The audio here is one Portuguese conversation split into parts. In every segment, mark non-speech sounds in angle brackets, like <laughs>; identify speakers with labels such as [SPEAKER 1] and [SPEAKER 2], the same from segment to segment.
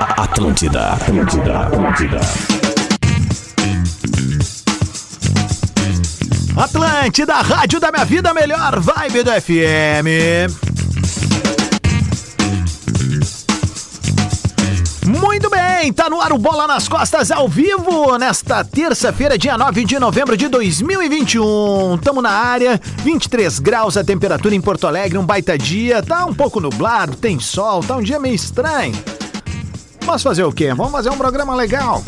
[SPEAKER 1] Atlântida, Atlântida, Atlântida.
[SPEAKER 2] Atlântida, rádio da minha vida, melhor vibe do FM. Muito bem, tá no ar o Bola nas Costas ao vivo nesta terça-feira, dia 9 de novembro de 2021. Tamo na área, 23 graus a temperatura em Porto Alegre, um baita dia, tá um pouco nublado, tem sol, tá um dia meio estranho. Mas fazer o quê? Vamos fazer um programa legal.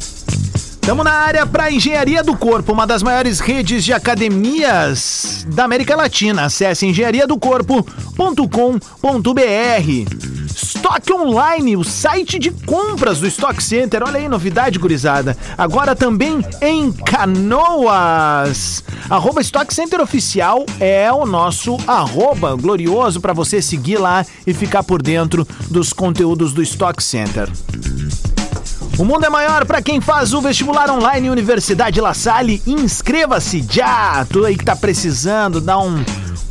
[SPEAKER 2] Estamos na área para Engenharia do Corpo, uma das maiores redes de academias da América Latina. Acesse engenhariadocorpo.com.br. Stock Online, o site de compras do Stock Center. Olha aí, novidade, gurizada. Agora também em Canoas. Arroba Stock Center Oficial é o nosso arroba glorioso para você seguir lá e ficar por dentro dos conteúdos do Stock Center. O mundo é maior para quem faz o vestibular online Universidade La Salle. Inscreva-se já! Tu aí que tá precisando dar um,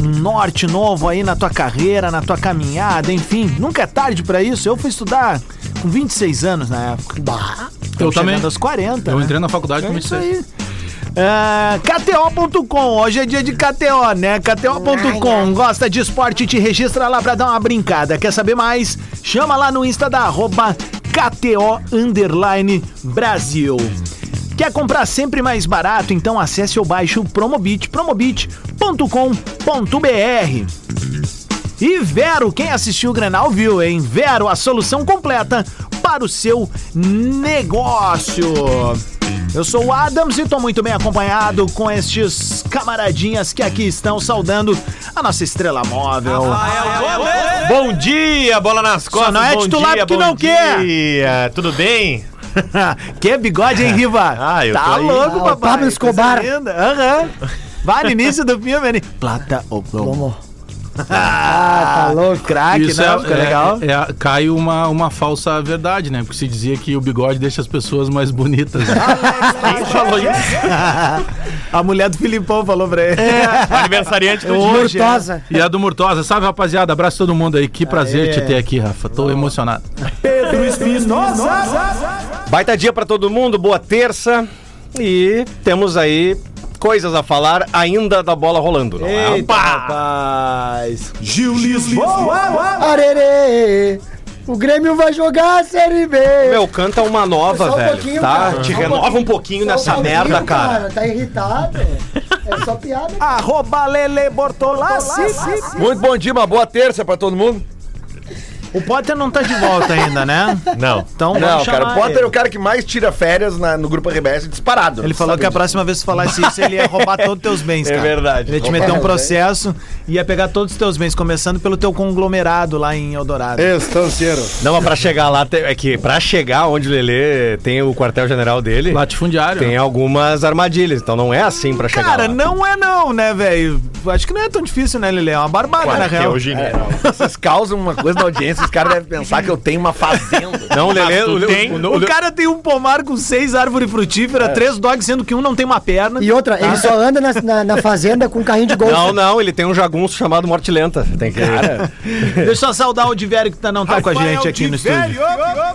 [SPEAKER 2] um norte novo aí na tua carreira, na tua caminhada, enfim. Nunca é tarde para isso. Eu fui estudar com 26 anos na época. Bah,
[SPEAKER 3] Eu
[SPEAKER 2] tamo
[SPEAKER 3] também.
[SPEAKER 2] chegando aos 40.
[SPEAKER 3] Eu
[SPEAKER 2] né?
[SPEAKER 3] entrei na faculdade com
[SPEAKER 2] É isso
[SPEAKER 3] 26.
[SPEAKER 2] aí. Ah, KTO.com, hoje é dia de KTO, né? KTO.com, gosta de esporte, te registra lá pra dar uma brincada. Quer saber mais? Chama lá no Insta da arroba KTO Underline Brasil. Quer comprar sempre mais barato? Então acesse ou baixe o Promobit, promobit.com.br. E Vero, quem assistiu o Grenal viu, hein? Vero, a solução completa para o seu negócio. Eu sou o Adams e estou muito bem acompanhado com estes camaradinhas que aqui estão saudando a nossa estrela móvel. é,
[SPEAKER 4] Bom dia, bola nas costas.
[SPEAKER 2] não é
[SPEAKER 4] bom
[SPEAKER 2] titular
[SPEAKER 4] dia,
[SPEAKER 2] porque
[SPEAKER 4] bom
[SPEAKER 2] não quer.
[SPEAKER 4] dia. Tudo
[SPEAKER 5] <laughs>
[SPEAKER 4] bem?
[SPEAKER 2] <laughs> que bigode, hein, <laughs> Riva?
[SPEAKER 4] Ah, eu
[SPEAKER 2] tá
[SPEAKER 4] tô aí.
[SPEAKER 2] louco,
[SPEAKER 6] Ah, o
[SPEAKER 2] papai.
[SPEAKER 6] Pablo Escobar.
[SPEAKER 2] Coisa linda. Aham. Vai no início do filme, ele... Plata ou plomo. <laughs>
[SPEAKER 6] Como? Ah, tá louco.
[SPEAKER 2] Craque,
[SPEAKER 3] Isso
[SPEAKER 2] né?
[SPEAKER 3] é,
[SPEAKER 2] Fica
[SPEAKER 3] é-
[SPEAKER 2] legal.
[SPEAKER 3] é a- cai uma, uma falsa verdade, né? Porque se dizia que o bigode deixa as pessoas mais bonitas. né?
[SPEAKER 2] <laughs>
[SPEAKER 4] Quem falou isso?
[SPEAKER 2] A mulher do Filipão falou pra ele.
[SPEAKER 4] Aniversariante do dia.
[SPEAKER 2] Hoje, é-
[SPEAKER 6] Murtosa.
[SPEAKER 3] e a do Murtosa. Salve, rapaziada. Abraço todo mundo aí. Que prazer te ter aqui, Rafa. Tô emocionado.
[SPEAKER 4] Baita dia pra todo mundo, boa terça. E temos aí coisas a falar ainda da bola rolando, não é? Opa!
[SPEAKER 2] Rapaz.
[SPEAKER 6] Arerê. O Grêmio vai jogar a Série B.
[SPEAKER 4] Meu, canta uma nova,
[SPEAKER 6] Só um
[SPEAKER 4] velho.
[SPEAKER 6] pouquinho,
[SPEAKER 4] tá?
[SPEAKER 6] cara.
[SPEAKER 4] Te
[SPEAKER 6] Só um
[SPEAKER 4] renova um
[SPEAKER 6] pouquinho. Só
[SPEAKER 4] pouquinho
[SPEAKER 6] um
[SPEAKER 4] nessa
[SPEAKER 6] pouquinho,
[SPEAKER 4] merda, cara.
[SPEAKER 6] Tá irritado. É só piada.
[SPEAKER 2] Arroba Lele Bortolassi.
[SPEAKER 5] Muito bom dia, uma boa terça pra todo mundo.
[SPEAKER 2] O Potter não tá de volta ainda, né?
[SPEAKER 4] Não.
[SPEAKER 2] Então
[SPEAKER 5] Não,
[SPEAKER 2] vamos chamar
[SPEAKER 5] cara, o Potter
[SPEAKER 2] ele.
[SPEAKER 5] é o cara que mais tira férias na- no grupo RBS disparado.
[SPEAKER 2] Ele falou que é a próxima vez que falasse isso, ele ia roubar todos os teus bens,
[SPEAKER 5] É
[SPEAKER 2] cara.
[SPEAKER 5] verdade.
[SPEAKER 2] Ele ia te
[SPEAKER 5] Roubar
[SPEAKER 2] meter um
[SPEAKER 5] meus
[SPEAKER 2] processo e ia pegar todos os teus bens, começando pelo teu conglomerado lá em
[SPEAKER 5] É,
[SPEAKER 2] Eldorado.
[SPEAKER 5] Estanceiro.
[SPEAKER 4] Não, mas pra chegar lá, tem- é que pra chegar onde o Lelê tem o quartel-general dele,
[SPEAKER 3] Latifundiário. né?
[SPEAKER 4] tem algumas armadilhas. Então não é assim pra chegar
[SPEAKER 2] Cara,
[SPEAKER 4] lá.
[SPEAKER 2] não é não, né, velho? Acho que não é tão difícil, né, Lele? É uma barbada, na real.
[SPEAKER 4] general.
[SPEAKER 5] é, Vocês causam uma coisa na audiência, os caras devem pensar que eu tenho uma fazenda.
[SPEAKER 4] Não, o Lelê, o,
[SPEAKER 2] Tem.
[SPEAKER 4] o-
[SPEAKER 2] O, cara tem um pomar com seis árvores frutíferas, três dogs, sendo que um não tem uma perna.
[SPEAKER 6] E outra, ele só anda na, na- na fazenda com um carrinho de golfe.
[SPEAKER 4] Não, não, ele tem um jagunço chamado Morte Lenta. Tem que.
[SPEAKER 2] Deixa eu saudar o Divério que tá- não tá com a gente aqui no estúdio.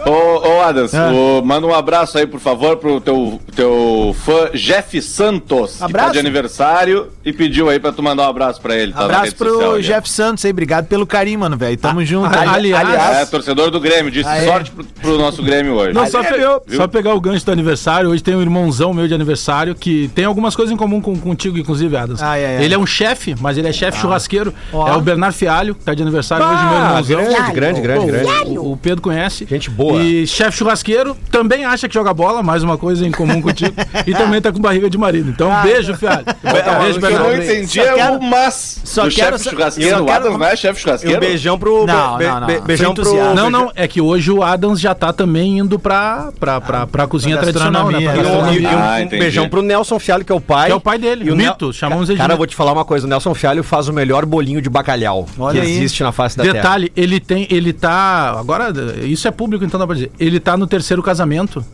[SPEAKER 7] Ô, ô Adams,
[SPEAKER 2] Ah.
[SPEAKER 7] ô, manda um abraço aí, por favor, pro teu, teu fã Jeff Santos, que
[SPEAKER 2] Abraço.
[SPEAKER 7] tá de aniversário e pediu aí pra tu mandar um abraço pra ele. Tá na
[SPEAKER 2] Abraço
[SPEAKER 7] rede social
[SPEAKER 2] pro
[SPEAKER 7] ali, ó.
[SPEAKER 2] Jeff Santos aí, obrigado pelo carinho, mano, velho. Tamo junto.
[SPEAKER 3] A- aliás,
[SPEAKER 7] É, torcedor do Grêmio, disse sorte pro, pro nosso Grêmio hoje.
[SPEAKER 3] Não, só, pe-
[SPEAKER 7] viu?
[SPEAKER 3] só pegar o gancho do aniversário. Hoje tem um irmãozão meu de aniversário que tem algumas coisas em comum com, contigo, inclusive, Adams.
[SPEAKER 2] Ah, é, é.
[SPEAKER 3] Ele é um chefe, mas ele é chefe churrasqueiro.
[SPEAKER 2] Ah. Ó. Ah,
[SPEAKER 3] É o Bernardo Fialho, que tá de aniversário hoje, meu
[SPEAKER 5] Ah,
[SPEAKER 3] irmãozão.
[SPEAKER 4] um grande, grande, grande.
[SPEAKER 3] O o Pedro conhece.
[SPEAKER 4] Gente boa.
[SPEAKER 3] E chefe churrasqueiro também acha que joga bola, mais uma coisa em comum contigo. e também tá com barriga de marido. Então, beijo, Fialho. beijo,
[SPEAKER 7] O que eu não
[SPEAKER 3] Bernardo.
[SPEAKER 7] entendi é
[SPEAKER 2] quero-
[SPEAKER 7] o mas
[SPEAKER 2] só
[SPEAKER 7] do
[SPEAKER 2] quero-
[SPEAKER 7] chefe churrasqueiro.
[SPEAKER 2] eu
[SPEAKER 7] O
[SPEAKER 2] quero-
[SPEAKER 7] Adams não é chefe
[SPEAKER 4] E um
[SPEAKER 7] churrasqueiro?
[SPEAKER 4] beijão pro.
[SPEAKER 2] Não, não, não.
[SPEAKER 4] Beijão
[SPEAKER 2] Sou
[SPEAKER 4] pro.
[SPEAKER 2] entusiasta.
[SPEAKER 3] Não,
[SPEAKER 7] Tá
[SPEAKER 3] não, é que hoje o Adams já tá também indo pra, pra, pra, pra cozinha tradicional, né? Pra
[SPEAKER 4] E um,
[SPEAKER 2] gastronomia.
[SPEAKER 4] e um-
[SPEAKER 7] Ah,
[SPEAKER 4] um
[SPEAKER 7] entendi.
[SPEAKER 4] beijão pro Nelson Fialho, que é o pai.
[SPEAKER 3] Que é o pai dele,
[SPEAKER 4] E o
[SPEAKER 3] o Mito,
[SPEAKER 4] Nel-
[SPEAKER 3] chamamos ele de
[SPEAKER 4] Cara, eu
[SPEAKER 3] Mito.
[SPEAKER 4] vou te falar uma coisa: o Nelson Fialho faz o melhor bolinho de bacalhau
[SPEAKER 2] Olha
[SPEAKER 4] que
[SPEAKER 2] aí.
[SPEAKER 4] existe na face da terra.
[SPEAKER 3] Detalhe, ele tem, ele tá, agora, isso é público, então dá pra dizer. Ele tá no terceiro casamento.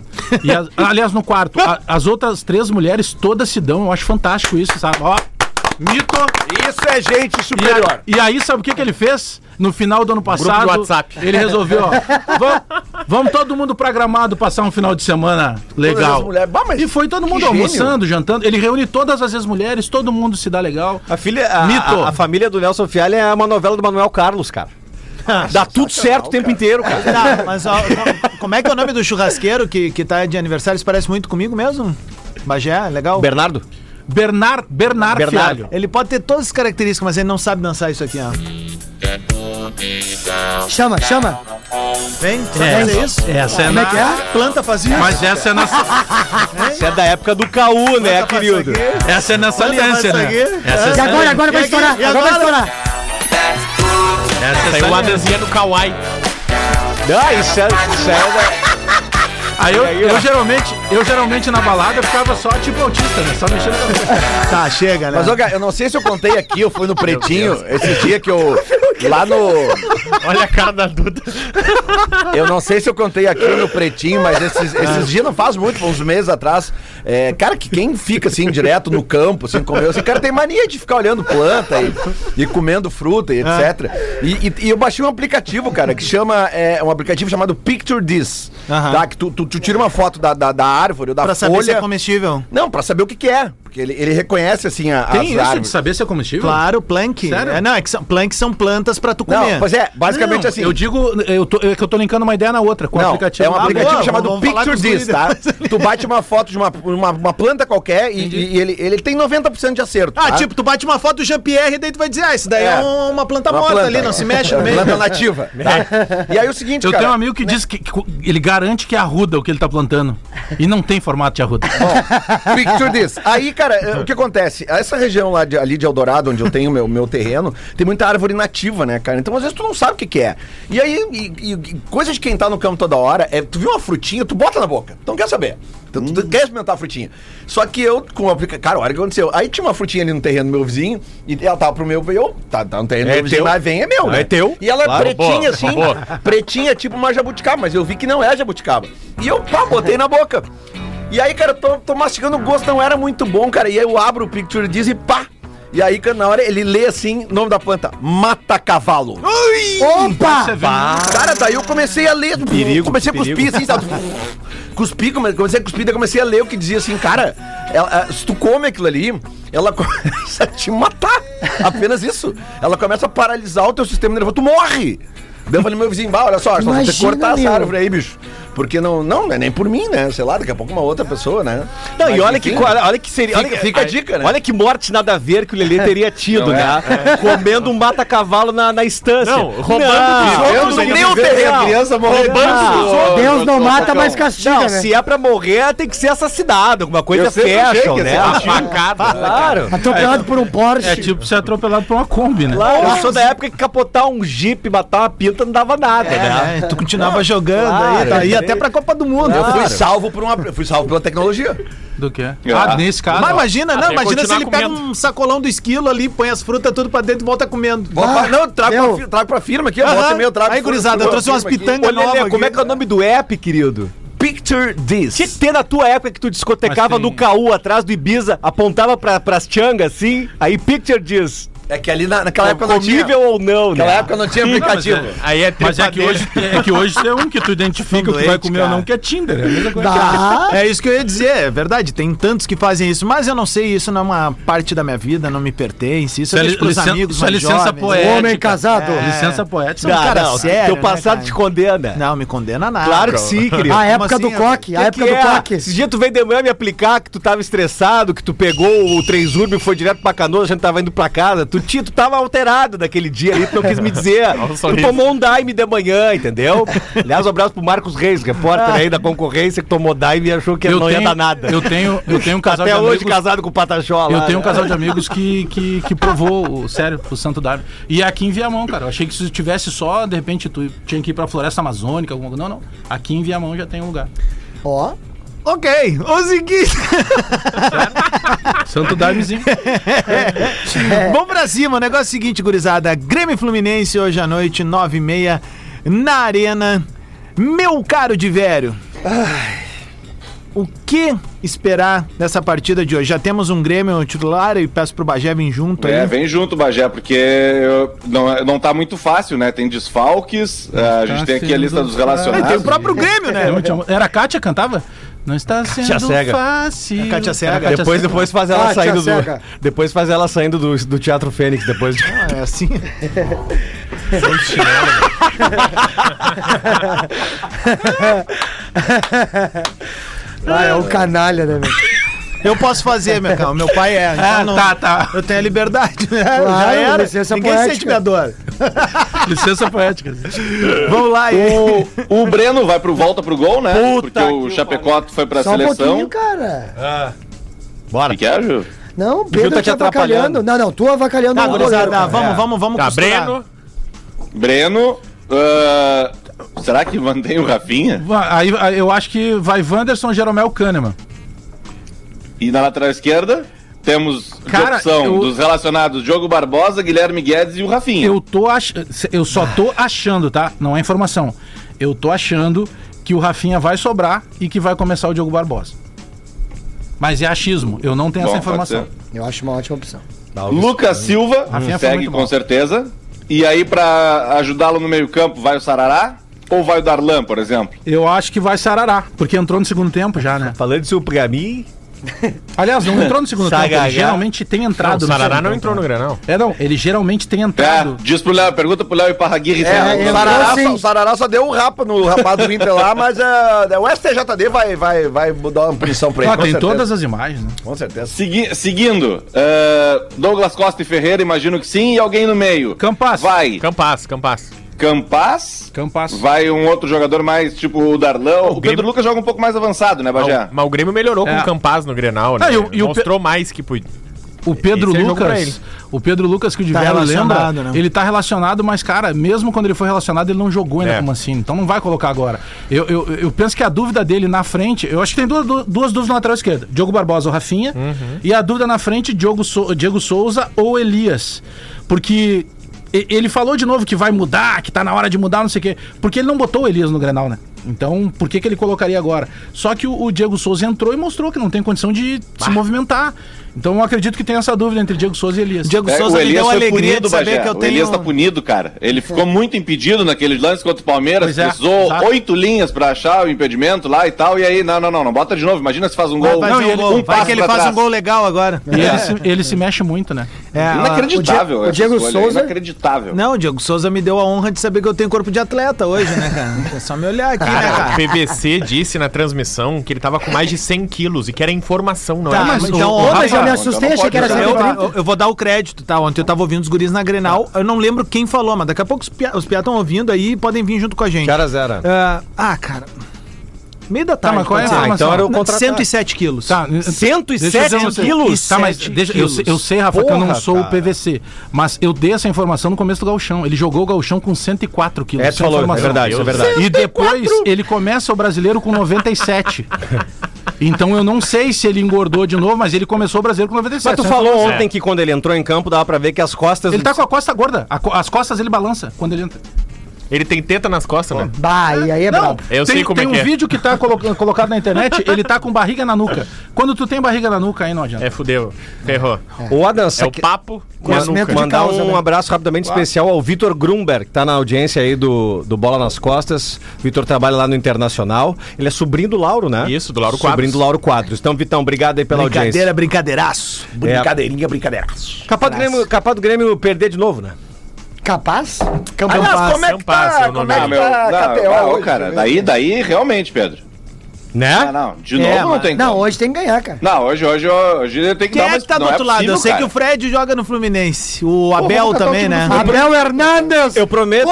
[SPEAKER 3] E <laughs> as- aliás, no quarto. A- as outras três mulheres todas se dão, eu acho fantástico isso, sabe? Ó, Mito.
[SPEAKER 5] Isso é gente
[SPEAKER 3] E, a- e aí, sabe o que, que ele fez? No final do ano passado,
[SPEAKER 4] de WhatsApp.
[SPEAKER 3] ele resolveu, ó, vamos, vamos todo mundo pra Gramado passar um final de semana legal. E foi todo mundo almoçando, jantando. Ele reúne todas as ex-mulheres, todo mundo se dá legal.
[SPEAKER 4] A, filha, a,
[SPEAKER 3] Mito.
[SPEAKER 4] a- a família do Nelson Fialha é uma novela do Manuel Carlos, cara.
[SPEAKER 3] Ah,
[SPEAKER 4] Dá tudo certo o tempo inteiro, cara.
[SPEAKER 2] Tá, mas ó, co- como é que é o nome do churrasqueiro que, que tá de aniversário? Se parece muito comigo mesmo? Bagé, legal.
[SPEAKER 4] Bernardo?
[SPEAKER 3] Bernard, Bernard,
[SPEAKER 4] Bernardo.
[SPEAKER 3] Fialho.
[SPEAKER 2] Ele pode ter todas as características, mas ele não sabe dançar isso aqui, ó.
[SPEAKER 6] Chama, chama.
[SPEAKER 2] Vem, sabe fazer isso?
[SPEAKER 3] Essa é,
[SPEAKER 6] Como é que
[SPEAKER 3] na...
[SPEAKER 6] é?
[SPEAKER 2] Planta fazia isso.
[SPEAKER 3] Mas essa é nessa,
[SPEAKER 4] Isso é da época do Caú, né, querido?
[SPEAKER 3] essa é nessa
[SPEAKER 2] Manda mais
[SPEAKER 3] aliança, né?
[SPEAKER 2] isso aqui.
[SPEAKER 3] Essa
[SPEAKER 6] E
[SPEAKER 3] é
[SPEAKER 6] agora, agora vai
[SPEAKER 2] E aqui?
[SPEAKER 6] estourar.
[SPEAKER 2] E
[SPEAKER 6] Agora vai
[SPEAKER 2] agora?
[SPEAKER 6] estourar.
[SPEAKER 3] essa é
[SPEAKER 4] Saiu
[SPEAKER 3] essa
[SPEAKER 4] a
[SPEAKER 3] aliança.
[SPEAKER 4] danzinha do Kawaii. Ah, isso é, isso é
[SPEAKER 3] Aí eu, eu geralmente, eu geralmente na balada ficava só tipo autista, né? Só mexendo a cabeça.
[SPEAKER 2] Tá, chega, né?
[SPEAKER 5] Mas, ô, cara, eu não sei se eu contei aqui, eu
[SPEAKER 2] <laughs>
[SPEAKER 5] fui no Pretinho, esse dia que eu. Lá no.
[SPEAKER 4] da... Olha a cara da Duda.
[SPEAKER 5] <laughs> Eu não sei se eu contei aqui no pretinho, mas esses, esses dias não faz muito, foi uns meses atrás. É, cara, que quem fica assim direto no campo, assim, comendo, esse cara tem mania de ficar olhando planta e, e comendo fruta e
[SPEAKER 2] Ah.
[SPEAKER 5] etc. E, e- e eu baixei um aplicativo, cara, que chama. É um aplicativo chamado Picture This.
[SPEAKER 2] Aham.
[SPEAKER 5] Tá? Que tu, tu, tu tira uma foto da, da, da árvore ou da
[SPEAKER 2] pra saber
[SPEAKER 5] folha.
[SPEAKER 2] se é comestível.
[SPEAKER 5] Não, pra saber o que, que é. Porque ele, ele reconhece, assim, a, as
[SPEAKER 3] Tem isso de
[SPEAKER 5] árvores.
[SPEAKER 3] saber se é comestível?
[SPEAKER 2] Claro, plank.
[SPEAKER 3] Sério?
[SPEAKER 2] É, não, é que são, plank são plantas pra tu comer.
[SPEAKER 5] Não, pois é, basicamente
[SPEAKER 3] Não,
[SPEAKER 5] assim.
[SPEAKER 3] Eu digo, eu tô, é que eu tô linkando uma ideia na outra, com o
[SPEAKER 5] Não,
[SPEAKER 3] aplicativo.
[SPEAKER 5] É um
[SPEAKER 3] Ah,
[SPEAKER 5] aplicativo
[SPEAKER 2] boa,
[SPEAKER 5] chamado
[SPEAKER 2] vamos- vamos falar
[SPEAKER 5] Picture This,
[SPEAKER 2] com
[SPEAKER 5] tá?
[SPEAKER 2] os guris
[SPEAKER 5] tu bate uma foto de uma, uma, uma planta qualquer e, e ele, ele tem 90% de acerto.
[SPEAKER 2] Ah,
[SPEAKER 5] tá?
[SPEAKER 2] tipo, tu bate uma foto do Jean-Pierre e daí tu vai dizer, ah, isso daí é,
[SPEAKER 5] É.
[SPEAKER 2] um- uma planta
[SPEAKER 5] Uma
[SPEAKER 2] morta
[SPEAKER 5] planta.
[SPEAKER 2] ali, não se mexe
[SPEAKER 5] <laughs>
[SPEAKER 2] no meio.
[SPEAKER 5] Planta nativa. tá? E aí o seguinte,
[SPEAKER 3] Eu
[SPEAKER 5] cara.
[SPEAKER 3] tenho um amigo que diz que, que ele garante que é arruda o que ele tá plantando. E não tem formato de arruda.
[SPEAKER 5] Picture this. Aí, cara, eh, o que acontece? Essa região lá de, ali de Eldorado, onde eu tenho meu, meu terreno, tem muita árvore nativa, né, cara? Então, às vezes, tu não sabe o que, que é. E aí, e, e- coisa de quem tá no campo toda hora, é, tu viu uma frutinha, tu bota na boca. Tu não quer saber. Tu, tu
[SPEAKER 4] Hum.
[SPEAKER 5] quer experimentar a frutinha. Só que eu, com o aplicativo. Cara, olha o que aconteceu. Aí tinha uma frutinha ali no terreno do meu vizinho, e ela tava pro meu. Eu, tá, tá no terreno do
[SPEAKER 4] É
[SPEAKER 5] meu vizinho,
[SPEAKER 4] teu.
[SPEAKER 5] mas vem é meu, né?
[SPEAKER 4] É teu.
[SPEAKER 5] E ela é
[SPEAKER 4] Claro,
[SPEAKER 5] pretinha,
[SPEAKER 4] boa,
[SPEAKER 5] assim.
[SPEAKER 4] boa.
[SPEAKER 5] Pretinha, tipo uma jabuticaba, mas eu vi que não é jabuticaba. E eu, pá, botei na boca. E aí, cara, eu tô, tô mastigando o gosto, não era muito bom, cara. E aí eu abro o Picture Diz e pá. E aí, cara, na hora ele lê assim, nome da planta, mata cavalo.
[SPEAKER 6] Opa!
[SPEAKER 5] Cara, daí eu comecei a ler.
[SPEAKER 4] Então Perigo,
[SPEAKER 5] comecei a cuspir,
[SPEAKER 4] perigo.
[SPEAKER 5] assim, sabe? Cuspi, come- comecei a cuspir, daí comecei a ler o que dizia assim, cara, ela- a- se tu come aquilo ali, ela <laughs> começa a te matar. Apenas isso. Ela começa a paralisar o teu sistema nervoso, tu morre. Daí eu falei, meu vizinho, bah, olha só, só você
[SPEAKER 6] Imagina,
[SPEAKER 5] cortar essa
[SPEAKER 6] meu.
[SPEAKER 5] árvore aí, bicho. Porque não, não, não é nem por mim, né? Sei lá, daqui a pouco uma outra pessoa, né?
[SPEAKER 4] Não,
[SPEAKER 5] Mas,
[SPEAKER 4] e olha que,
[SPEAKER 5] enfim.
[SPEAKER 4] coisa- olha que seria.
[SPEAKER 5] Fica-
[SPEAKER 4] olha,
[SPEAKER 5] fica a dica, né? é.
[SPEAKER 4] Olha que morte nada a ver que o Lelê teria tido, né? <laughs> Comendo um mata-cavalo na, na estância. Não, roubando
[SPEAKER 5] Eu no meu terreno. né? Criança Ah, morrendo.
[SPEAKER 7] Ah,
[SPEAKER 6] Deus não mata, mas castiga,
[SPEAKER 4] Não,
[SPEAKER 6] né?
[SPEAKER 4] se é pra morrer, tem que ser assassinado. Alguma coisa
[SPEAKER 5] Eu sempre achei
[SPEAKER 4] fashion,
[SPEAKER 5] que
[SPEAKER 4] né?
[SPEAKER 5] ia ser
[SPEAKER 4] Uma
[SPEAKER 5] fashion.
[SPEAKER 4] facada. Claro.
[SPEAKER 6] Atropelado por um Porsche.
[SPEAKER 3] É tipo ser atropelado por uma Kombi, né?
[SPEAKER 4] Claro, eu sou da época que capotar um jipe, matar uma pinta, não dava nada, né?
[SPEAKER 2] É, tu continuava jogando aí, tá aí até pra Copa do Mundo.
[SPEAKER 5] Eu fui salvo por uma. eu Fui salvo pela tecnologia.
[SPEAKER 3] Do que? Ah,
[SPEAKER 7] Ah.
[SPEAKER 3] nesse caso.
[SPEAKER 2] Mas
[SPEAKER 3] ó.
[SPEAKER 2] imagina, não,
[SPEAKER 8] Até
[SPEAKER 2] imagina se
[SPEAKER 8] continuar
[SPEAKER 2] ele pega
[SPEAKER 8] comendo.
[SPEAKER 2] um sacolão do esquilo ali, põe as frutas tudo pra dentro e volta comendo. Ah.
[SPEAKER 5] Opa, não, trago
[SPEAKER 6] meu.
[SPEAKER 5] pra, fi- trago pra firma aqui,
[SPEAKER 2] Aham.
[SPEAKER 5] ó. Bota e meio, eu trago
[SPEAKER 2] Aí,
[SPEAKER 5] pra-
[SPEAKER 2] gurizada,
[SPEAKER 5] pra
[SPEAKER 2] eu trouxe umas
[SPEAKER 5] firma aqui.
[SPEAKER 2] pitangas
[SPEAKER 4] Ô,
[SPEAKER 2] novas.
[SPEAKER 4] Lelê, como é que é o nome do app, querido?
[SPEAKER 5] Picture
[SPEAKER 4] Tinha que
[SPEAKER 5] this.
[SPEAKER 4] ter na tua época que tu discotecava
[SPEAKER 3] Mas tem-
[SPEAKER 4] no caú atrás do Ibiza, apontava pra, pras tchangas assim, aí picture diz,
[SPEAKER 5] É que ali na- naquela época não tinha.
[SPEAKER 4] comível ou não, né?
[SPEAKER 5] Naquela época não tinha aplicativo.
[SPEAKER 3] mas
[SPEAKER 8] Aí é
[SPEAKER 3] Mas é que, hoje, é que hoje é um que tu identifica o que vai
[SPEAKER 2] doente,
[SPEAKER 3] comer ou
[SPEAKER 2] cara.
[SPEAKER 3] não, que é Tinder. É a mesma coisa.
[SPEAKER 6] Dá.
[SPEAKER 2] É isso que eu ia dizer, é verdade. Tem tantos que fazem isso, mas eu não sei, isso não é uma parte da minha vida, não me pertence. Isso
[SPEAKER 3] Isso é
[SPEAKER 2] eu
[SPEAKER 3] li-
[SPEAKER 2] deixo pros
[SPEAKER 3] licen-
[SPEAKER 2] amigos
[SPEAKER 3] isso é
[SPEAKER 2] mais
[SPEAKER 3] licença
[SPEAKER 2] jovens. né?
[SPEAKER 3] poética. É.
[SPEAKER 6] Homem casado.
[SPEAKER 3] Licença poética.
[SPEAKER 2] Não, cara
[SPEAKER 4] não,
[SPEAKER 2] sério,
[SPEAKER 4] teu passado
[SPEAKER 2] né, cara?
[SPEAKER 4] te condena.
[SPEAKER 2] Não, me condena nada.
[SPEAKER 4] Claro que
[SPEAKER 2] bro.
[SPEAKER 4] sim, querido.
[SPEAKER 6] A
[SPEAKER 2] Como
[SPEAKER 6] Ah, é época do
[SPEAKER 2] assim,
[SPEAKER 6] coque. A
[SPEAKER 4] Que
[SPEAKER 6] época
[SPEAKER 4] que
[SPEAKER 6] do
[SPEAKER 4] é?
[SPEAKER 6] coque.
[SPEAKER 4] Esse dia tu veio de manhã me aplicar que tu tava estressado, que tu pegou o Transurb e foi direto pra Canoas, a gente tava indo pra casa. Tu, tinha- tu tava alterado naquele dia ali, tu não quis me
[SPEAKER 3] <laughs>
[SPEAKER 4] dizer. tu
[SPEAKER 8] sorriso.
[SPEAKER 4] tomou um dime de manhã, entendeu? Aliás, um abraço pro Marcos Reis, repórter aí da concorrência, que tomou dime e
[SPEAKER 2] é
[SPEAKER 4] achou que não ia dar nada.
[SPEAKER 3] Eu tenho, eu tenho um casal
[SPEAKER 4] Até
[SPEAKER 3] de
[SPEAKER 4] hoje
[SPEAKER 3] amigos-
[SPEAKER 4] casado com o né? Patachola.
[SPEAKER 3] Eu tenho um casal de amigos que, que, que provou, o, sério, o Santo Daime. E é aqui em Viamão, cara. Eu achei que se tivesse só, de repente, tu tinha que ir pra Floresta Amazônica, alguma coisa. Não, não. Aqui em Viamão já tem um lugar.
[SPEAKER 6] Ó.
[SPEAKER 2] Ok, o seguinte.
[SPEAKER 3] Santo <laughs> Daimezinho.
[SPEAKER 2] Vamos pra cima, o negócio é o seguinte, gurizada. Grêmio e Fluminense hoje à noite, 9 e meia, na Arena. Meu caro de velho. o que esperar dessa partida de hoje? Já temos um Grêmio titular e peço pro Bagé vir junto aí.
[SPEAKER 7] É, vem junto, Bagé, porque eu- não, é- não tá muito fácil, né? Tem desfalques, é, a gente tem aqui a lista dos
[SPEAKER 2] É,
[SPEAKER 7] relacionados.
[SPEAKER 2] tem o próprio Grêmio,
[SPEAKER 7] <laughs>
[SPEAKER 2] né?
[SPEAKER 3] É, Eu te amo. Era a Kátia que cantava? Não está sendo
[SPEAKER 4] Cega.
[SPEAKER 3] fácil.
[SPEAKER 2] A Kátia Cega.
[SPEAKER 3] Era a Kátia
[SPEAKER 4] Depois,
[SPEAKER 3] Cega.
[SPEAKER 4] depois faz ela
[SPEAKER 6] Ah, tia
[SPEAKER 4] saindo do.
[SPEAKER 6] Seca.
[SPEAKER 4] Depois faz ela saindo do, do Teatro Fênix, depois de.
[SPEAKER 2] É assim.
[SPEAKER 6] Ah, é um canalha, né, velho?
[SPEAKER 2] Eu posso fazer, meu cara. Meu pai é. então
[SPEAKER 3] Ah,
[SPEAKER 2] não-
[SPEAKER 3] tá, tá.
[SPEAKER 2] Eu tenho a liberdade. né? Já
[SPEAKER 6] Claro,
[SPEAKER 2] era.
[SPEAKER 6] licença
[SPEAKER 2] Ninguém
[SPEAKER 6] poética.
[SPEAKER 2] sente minha dor.
[SPEAKER 3] Licença <laughs> poética.
[SPEAKER 2] Vamos lá, e...
[SPEAKER 7] O, o Breno vai pro volta pro gol, né? porque o Chapecó foi pra
[SPEAKER 6] Só um
[SPEAKER 7] seleção.
[SPEAKER 6] pouquinho, cara.
[SPEAKER 7] O que que é, Ju?
[SPEAKER 6] Não, o Pedro
[SPEAKER 4] tá
[SPEAKER 6] tá
[SPEAKER 4] te
[SPEAKER 6] avacalhando. Não, não, tu avacalhando
[SPEAKER 2] Tá,
[SPEAKER 6] o
[SPEAKER 2] gurizada,
[SPEAKER 6] goleiro, cara.
[SPEAKER 2] vamos, vamos, vamos.
[SPEAKER 8] Tá,
[SPEAKER 2] costurar.
[SPEAKER 8] Breno.
[SPEAKER 7] Breno. ah, será que mantém o Rafinha?
[SPEAKER 3] Va- Aí, aí eu acho que vai Wanderson, Jeromel, Kahneman.
[SPEAKER 7] E na lateral esquerda? Temos de
[SPEAKER 3] Cara,
[SPEAKER 7] opção
[SPEAKER 3] eu-
[SPEAKER 7] dos relacionados Diogo Barbosa, Guilherme Guedes e o Rafinha.
[SPEAKER 3] Eu tô ach... eu só tô achando, tá? Não é informação. Eu tô achando que o Rafinha vai sobrar e que vai começar o Diogo Barbosa. Mas é achismo, eu não tenho
[SPEAKER 7] Bom,
[SPEAKER 3] essa
[SPEAKER 7] pode
[SPEAKER 3] informação.
[SPEAKER 7] ser.
[SPEAKER 6] Eu acho uma ótima
[SPEAKER 4] Tá,
[SPEAKER 6] opção.
[SPEAKER 4] um
[SPEAKER 7] Lucas Silva
[SPEAKER 3] Rafinha foi
[SPEAKER 7] segue
[SPEAKER 3] muito
[SPEAKER 7] com
[SPEAKER 3] mal.
[SPEAKER 7] certeza. E aí, pra ajudá-lo no meio-campo, vai o Sarará ou vai o Darlan, por exemplo?
[SPEAKER 3] Eu acho que vai Sarará, porque entrou no segundo tempo já, né?
[SPEAKER 4] Falando isso pra mim.
[SPEAKER 3] Aliás, não entrou no segundo tempo,
[SPEAKER 4] Sagagá.
[SPEAKER 3] ele geralmente tem
[SPEAKER 8] Não,
[SPEAKER 4] tá,
[SPEAKER 3] entrado
[SPEAKER 8] o
[SPEAKER 3] segundo
[SPEAKER 8] Sarará não
[SPEAKER 3] tempo.
[SPEAKER 8] entrou no Granal.
[SPEAKER 3] É, não, ele geralmente tem
[SPEAKER 7] É,
[SPEAKER 3] entrado.
[SPEAKER 7] diz pro Léo, pergunta pro Léo e Parraguirre.
[SPEAKER 5] É, o Sarará, só, o Sarará só deu um rapa no rapaz do Inter lá, mas é, o STJD vai, vai, vai dar uma punição pra ele.
[SPEAKER 3] Ah,
[SPEAKER 5] com
[SPEAKER 7] é
[SPEAKER 3] tem
[SPEAKER 5] certeza.
[SPEAKER 3] todas as imagens, né?
[SPEAKER 5] Com certeza.
[SPEAKER 7] Segui- seguindo, eh, Douglas Costa e Ferreira, imagino que sim, e alguém no meio.
[SPEAKER 3] Campas.
[SPEAKER 7] Vai
[SPEAKER 8] Campas, Campas.
[SPEAKER 7] Campas,
[SPEAKER 3] Campas.
[SPEAKER 7] vai um outro jogador mais, tipo o Darlan. O
[SPEAKER 8] Grêmio-
[SPEAKER 7] Pedro Lucas joga um pouco mais avançado, né, Bagé?
[SPEAKER 8] Mas, o- mas o Grêmio melhorou com
[SPEAKER 3] É.
[SPEAKER 8] o Campas no Grenal, né?
[SPEAKER 3] Ah, e o- e o
[SPEAKER 8] Mostrou mais que podia.
[SPEAKER 3] O Pedro
[SPEAKER 8] Esse é jogo pra
[SPEAKER 3] Lucas,
[SPEAKER 8] ele. Tá
[SPEAKER 3] o Pedro Lucas que o Diverno lembra,
[SPEAKER 2] relacionado, né?
[SPEAKER 3] ele tá relacionado, mas cara, mesmo quando ele foi relacionado, ele não jogou ainda
[SPEAKER 8] É.
[SPEAKER 3] com o Mancini, então não vai colocar agora. Eu, eu, eu penso que a dúvida dele na frente, eu acho que tem duas, du- duas dúvidas na lateral esquerda, Diogo Barbosa ou Rafinha, e a dúvida na frente, Diogo, Sou- Diego Souza ou Elias, porque e- ele falou de novo que vai mudar, que tá na hora de mudar, não sei o quê, porque ele não botou o Elias no Grenal, né? Então, por que, que ele colocaria agora? Só que o, o Diego Souza entrou e mostrou que não tem condição de se movimentar. Então, eu acredito que tem essa dúvida entre Diego Souza e Elias.
[SPEAKER 2] Diego
[SPEAKER 7] É,
[SPEAKER 2] Souza me deu a alegria de saber
[SPEAKER 7] Bagé.
[SPEAKER 2] que eu
[SPEAKER 7] O Elias
[SPEAKER 2] tenho. É.
[SPEAKER 7] tá punido, cara. Ele ficou muito impedido naquele lance contra o Palmeiras.
[SPEAKER 3] Pois é,
[SPEAKER 7] precisou
[SPEAKER 3] exato.
[SPEAKER 7] oito linhas pra achar o impedimento lá e tal. E aí, não, não, não, não. Bota de novo. Imagina se faz um gol.
[SPEAKER 2] Vai
[SPEAKER 7] não,
[SPEAKER 2] fazer
[SPEAKER 7] e
[SPEAKER 2] um gol. Vai
[SPEAKER 7] passo
[SPEAKER 2] que ele
[SPEAKER 7] pra
[SPEAKER 2] faz
[SPEAKER 7] trás.
[SPEAKER 2] um gol legal agora.
[SPEAKER 3] E ele, se, ele se mexe muito, né?
[SPEAKER 2] <laughs> É, a-
[SPEAKER 7] Inacreditável.
[SPEAKER 6] o
[SPEAKER 7] essa
[SPEAKER 6] Diego
[SPEAKER 7] escolha,
[SPEAKER 6] Souza-
[SPEAKER 7] Inacreditável.
[SPEAKER 2] Não, o Diego Souza me deu a honra de saber que eu tenho corpo de atleta hoje, né, <laughs> cara? É só me olhar aqui, né,
[SPEAKER 8] Cara, o
[SPEAKER 2] cara?
[SPEAKER 8] PVC disse na transmissão que ele tava com mais de 100 quilos e que era informação, não
[SPEAKER 2] Tá,
[SPEAKER 8] era
[SPEAKER 2] mas então,
[SPEAKER 3] o-
[SPEAKER 2] ô,
[SPEAKER 3] o
[SPEAKER 6] Pô,
[SPEAKER 2] Rafa,
[SPEAKER 6] mas eu me
[SPEAKER 7] Rafael,
[SPEAKER 6] assustei,
[SPEAKER 7] não
[SPEAKER 6] achei que era
[SPEAKER 7] pode
[SPEAKER 2] eu,
[SPEAKER 6] 130.
[SPEAKER 2] eu- eu vou dar o crédito, tá? Ontem eu tava ouvindo os guris na Grenal, eu não lembro quem falou, mas daqui a pouco os piá estão ouvindo aí e podem vir junto com a gente.
[SPEAKER 4] Cara zero.
[SPEAKER 2] Ah, ah, cara. Meio da tarde.
[SPEAKER 3] mas qual é a
[SPEAKER 2] pode ser.
[SPEAKER 3] informação?
[SPEAKER 4] então era o
[SPEAKER 2] Não,
[SPEAKER 4] contra
[SPEAKER 2] 107 quilos.
[SPEAKER 3] Tá, deixa eu dizer uma coisa. Tá, mas deixa, eu, sei- eu sei, Rafa, que eu não
[SPEAKER 4] Porra,
[SPEAKER 3] sou
[SPEAKER 4] cara.
[SPEAKER 3] o PVC, mas eu dei essa informação no começo do Galchão. Ele jogou o Galchão com 104 quilos.
[SPEAKER 4] É, tu
[SPEAKER 3] essa
[SPEAKER 4] falou, é
[SPEAKER 3] informação.
[SPEAKER 4] verdade, isso é verdade.
[SPEAKER 3] E depois ele começa o brasileiro com
[SPEAKER 4] <laughs>
[SPEAKER 3] 97. então eu não sei se ele engordou de novo, mas ele começou o brasileiro com 97.
[SPEAKER 4] Mas tu
[SPEAKER 3] Essa
[SPEAKER 8] É.
[SPEAKER 4] falou
[SPEAKER 3] informação.
[SPEAKER 4] ontem que quando ele entrou em campo dava pra ver que as costas.
[SPEAKER 3] né? É. Ele tá com a costa gorda. A co- as costas ele balança quando ele entra.
[SPEAKER 8] Ele tem teta nas costas, né?
[SPEAKER 6] Bah, e aí é
[SPEAKER 3] Não,
[SPEAKER 6] brabo.
[SPEAKER 8] Eu
[SPEAKER 3] tem,
[SPEAKER 8] sei como
[SPEAKER 3] tem
[SPEAKER 8] é
[SPEAKER 3] um
[SPEAKER 8] que é.
[SPEAKER 3] vídeo que tá colo- colocado na
[SPEAKER 4] <laughs>
[SPEAKER 3] internet, ele tá com barriga na nuca. Quando tu tem barriga na nuca, aí não adianta.
[SPEAKER 8] É, fudeu. Ferrou.
[SPEAKER 4] Ô, Adam,
[SPEAKER 8] É
[SPEAKER 4] sa-
[SPEAKER 8] o papo com a
[SPEAKER 6] Conhecimento
[SPEAKER 8] nuca.
[SPEAKER 6] de
[SPEAKER 4] Mandar
[SPEAKER 6] causa,
[SPEAKER 4] um
[SPEAKER 6] né?
[SPEAKER 4] abraço rapidamente especial ao Vitor Grumberg, que tá na audiência aí do, do Bola nas Costas. Vitor trabalha lá no Internacional. Ele é sobrinho do Lauro, né?
[SPEAKER 8] Isso, do Lauro
[SPEAKER 4] Sobrinho
[SPEAKER 8] Quadros.
[SPEAKER 4] do Lauro Quadros. Então, Vitão, obrigado aí pela audiência.
[SPEAKER 2] Brincadeira, brincadeiraço.
[SPEAKER 5] Brincadeirinha, brincadeiraço.
[SPEAKER 4] Capaz do, Grêmio, capaz do Grêmio perder de novo, né?
[SPEAKER 6] Capaz?
[SPEAKER 3] um
[SPEAKER 5] Aliás, como é que
[SPEAKER 8] Campas, é
[SPEAKER 5] tá?
[SPEAKER 8] o
[SPEAKER 5] Como
[SPEAKER 8] nome
[SPEAKER 5] é
[SPEAKER 7] Ah,
[SPEAKER 5] que
[SPEAKER 8] dele.
[SPEAKER 7] meu,
[SPEAKER 5] tá a
[SPEAKER 7] não,
[SPEAKER 5] KTO
[SPEAKER 7] ah, ô,
[SPEAKER 5] hoje?
[SPEAKER 7] cara,
[SPEAKER 2] né?
[SPEAKER 7] daí, daí, realmente, Pedro. Ah,
[SPEAKER 4] Né?
[SPEAKER 7] não, de
[SPEAKER 2] É,
[SPEAKER 7] novo não
[SPEAKER 2] mas-
[SPEAKER 7] tem
[SPEAKER 6] Não,
[SPEAKER 7] como.
[SPEAKER 6] hoje tem que ganhar, cara.
[SPEAKER 7] Não, hoje, hoje, hoje eu tenho que
[SPEAKER 2] Quem
[SPEAKER 7] dar uma
[SPEAKER 2] é que tá do
[SPEAKER 7] não é
[SPEAKER 2] outro lado? Eu
[SPEAKER 7] possível,
[SPEAKER 2] sei que
[SPEAKER 7] cara.
[SPEAKER 2] o Fred joga no Fluminense. O Abel
[SPEAKER 7] vamos catar o
[SPEAKER 2] também,
[SPEAKER 7] time do
[SPEAKER 2] né?
[SPEAKER 7] Fluminense.
[SPEAKER 6] Abel Hernandes!
[SPEAKER 4] Eu prometo.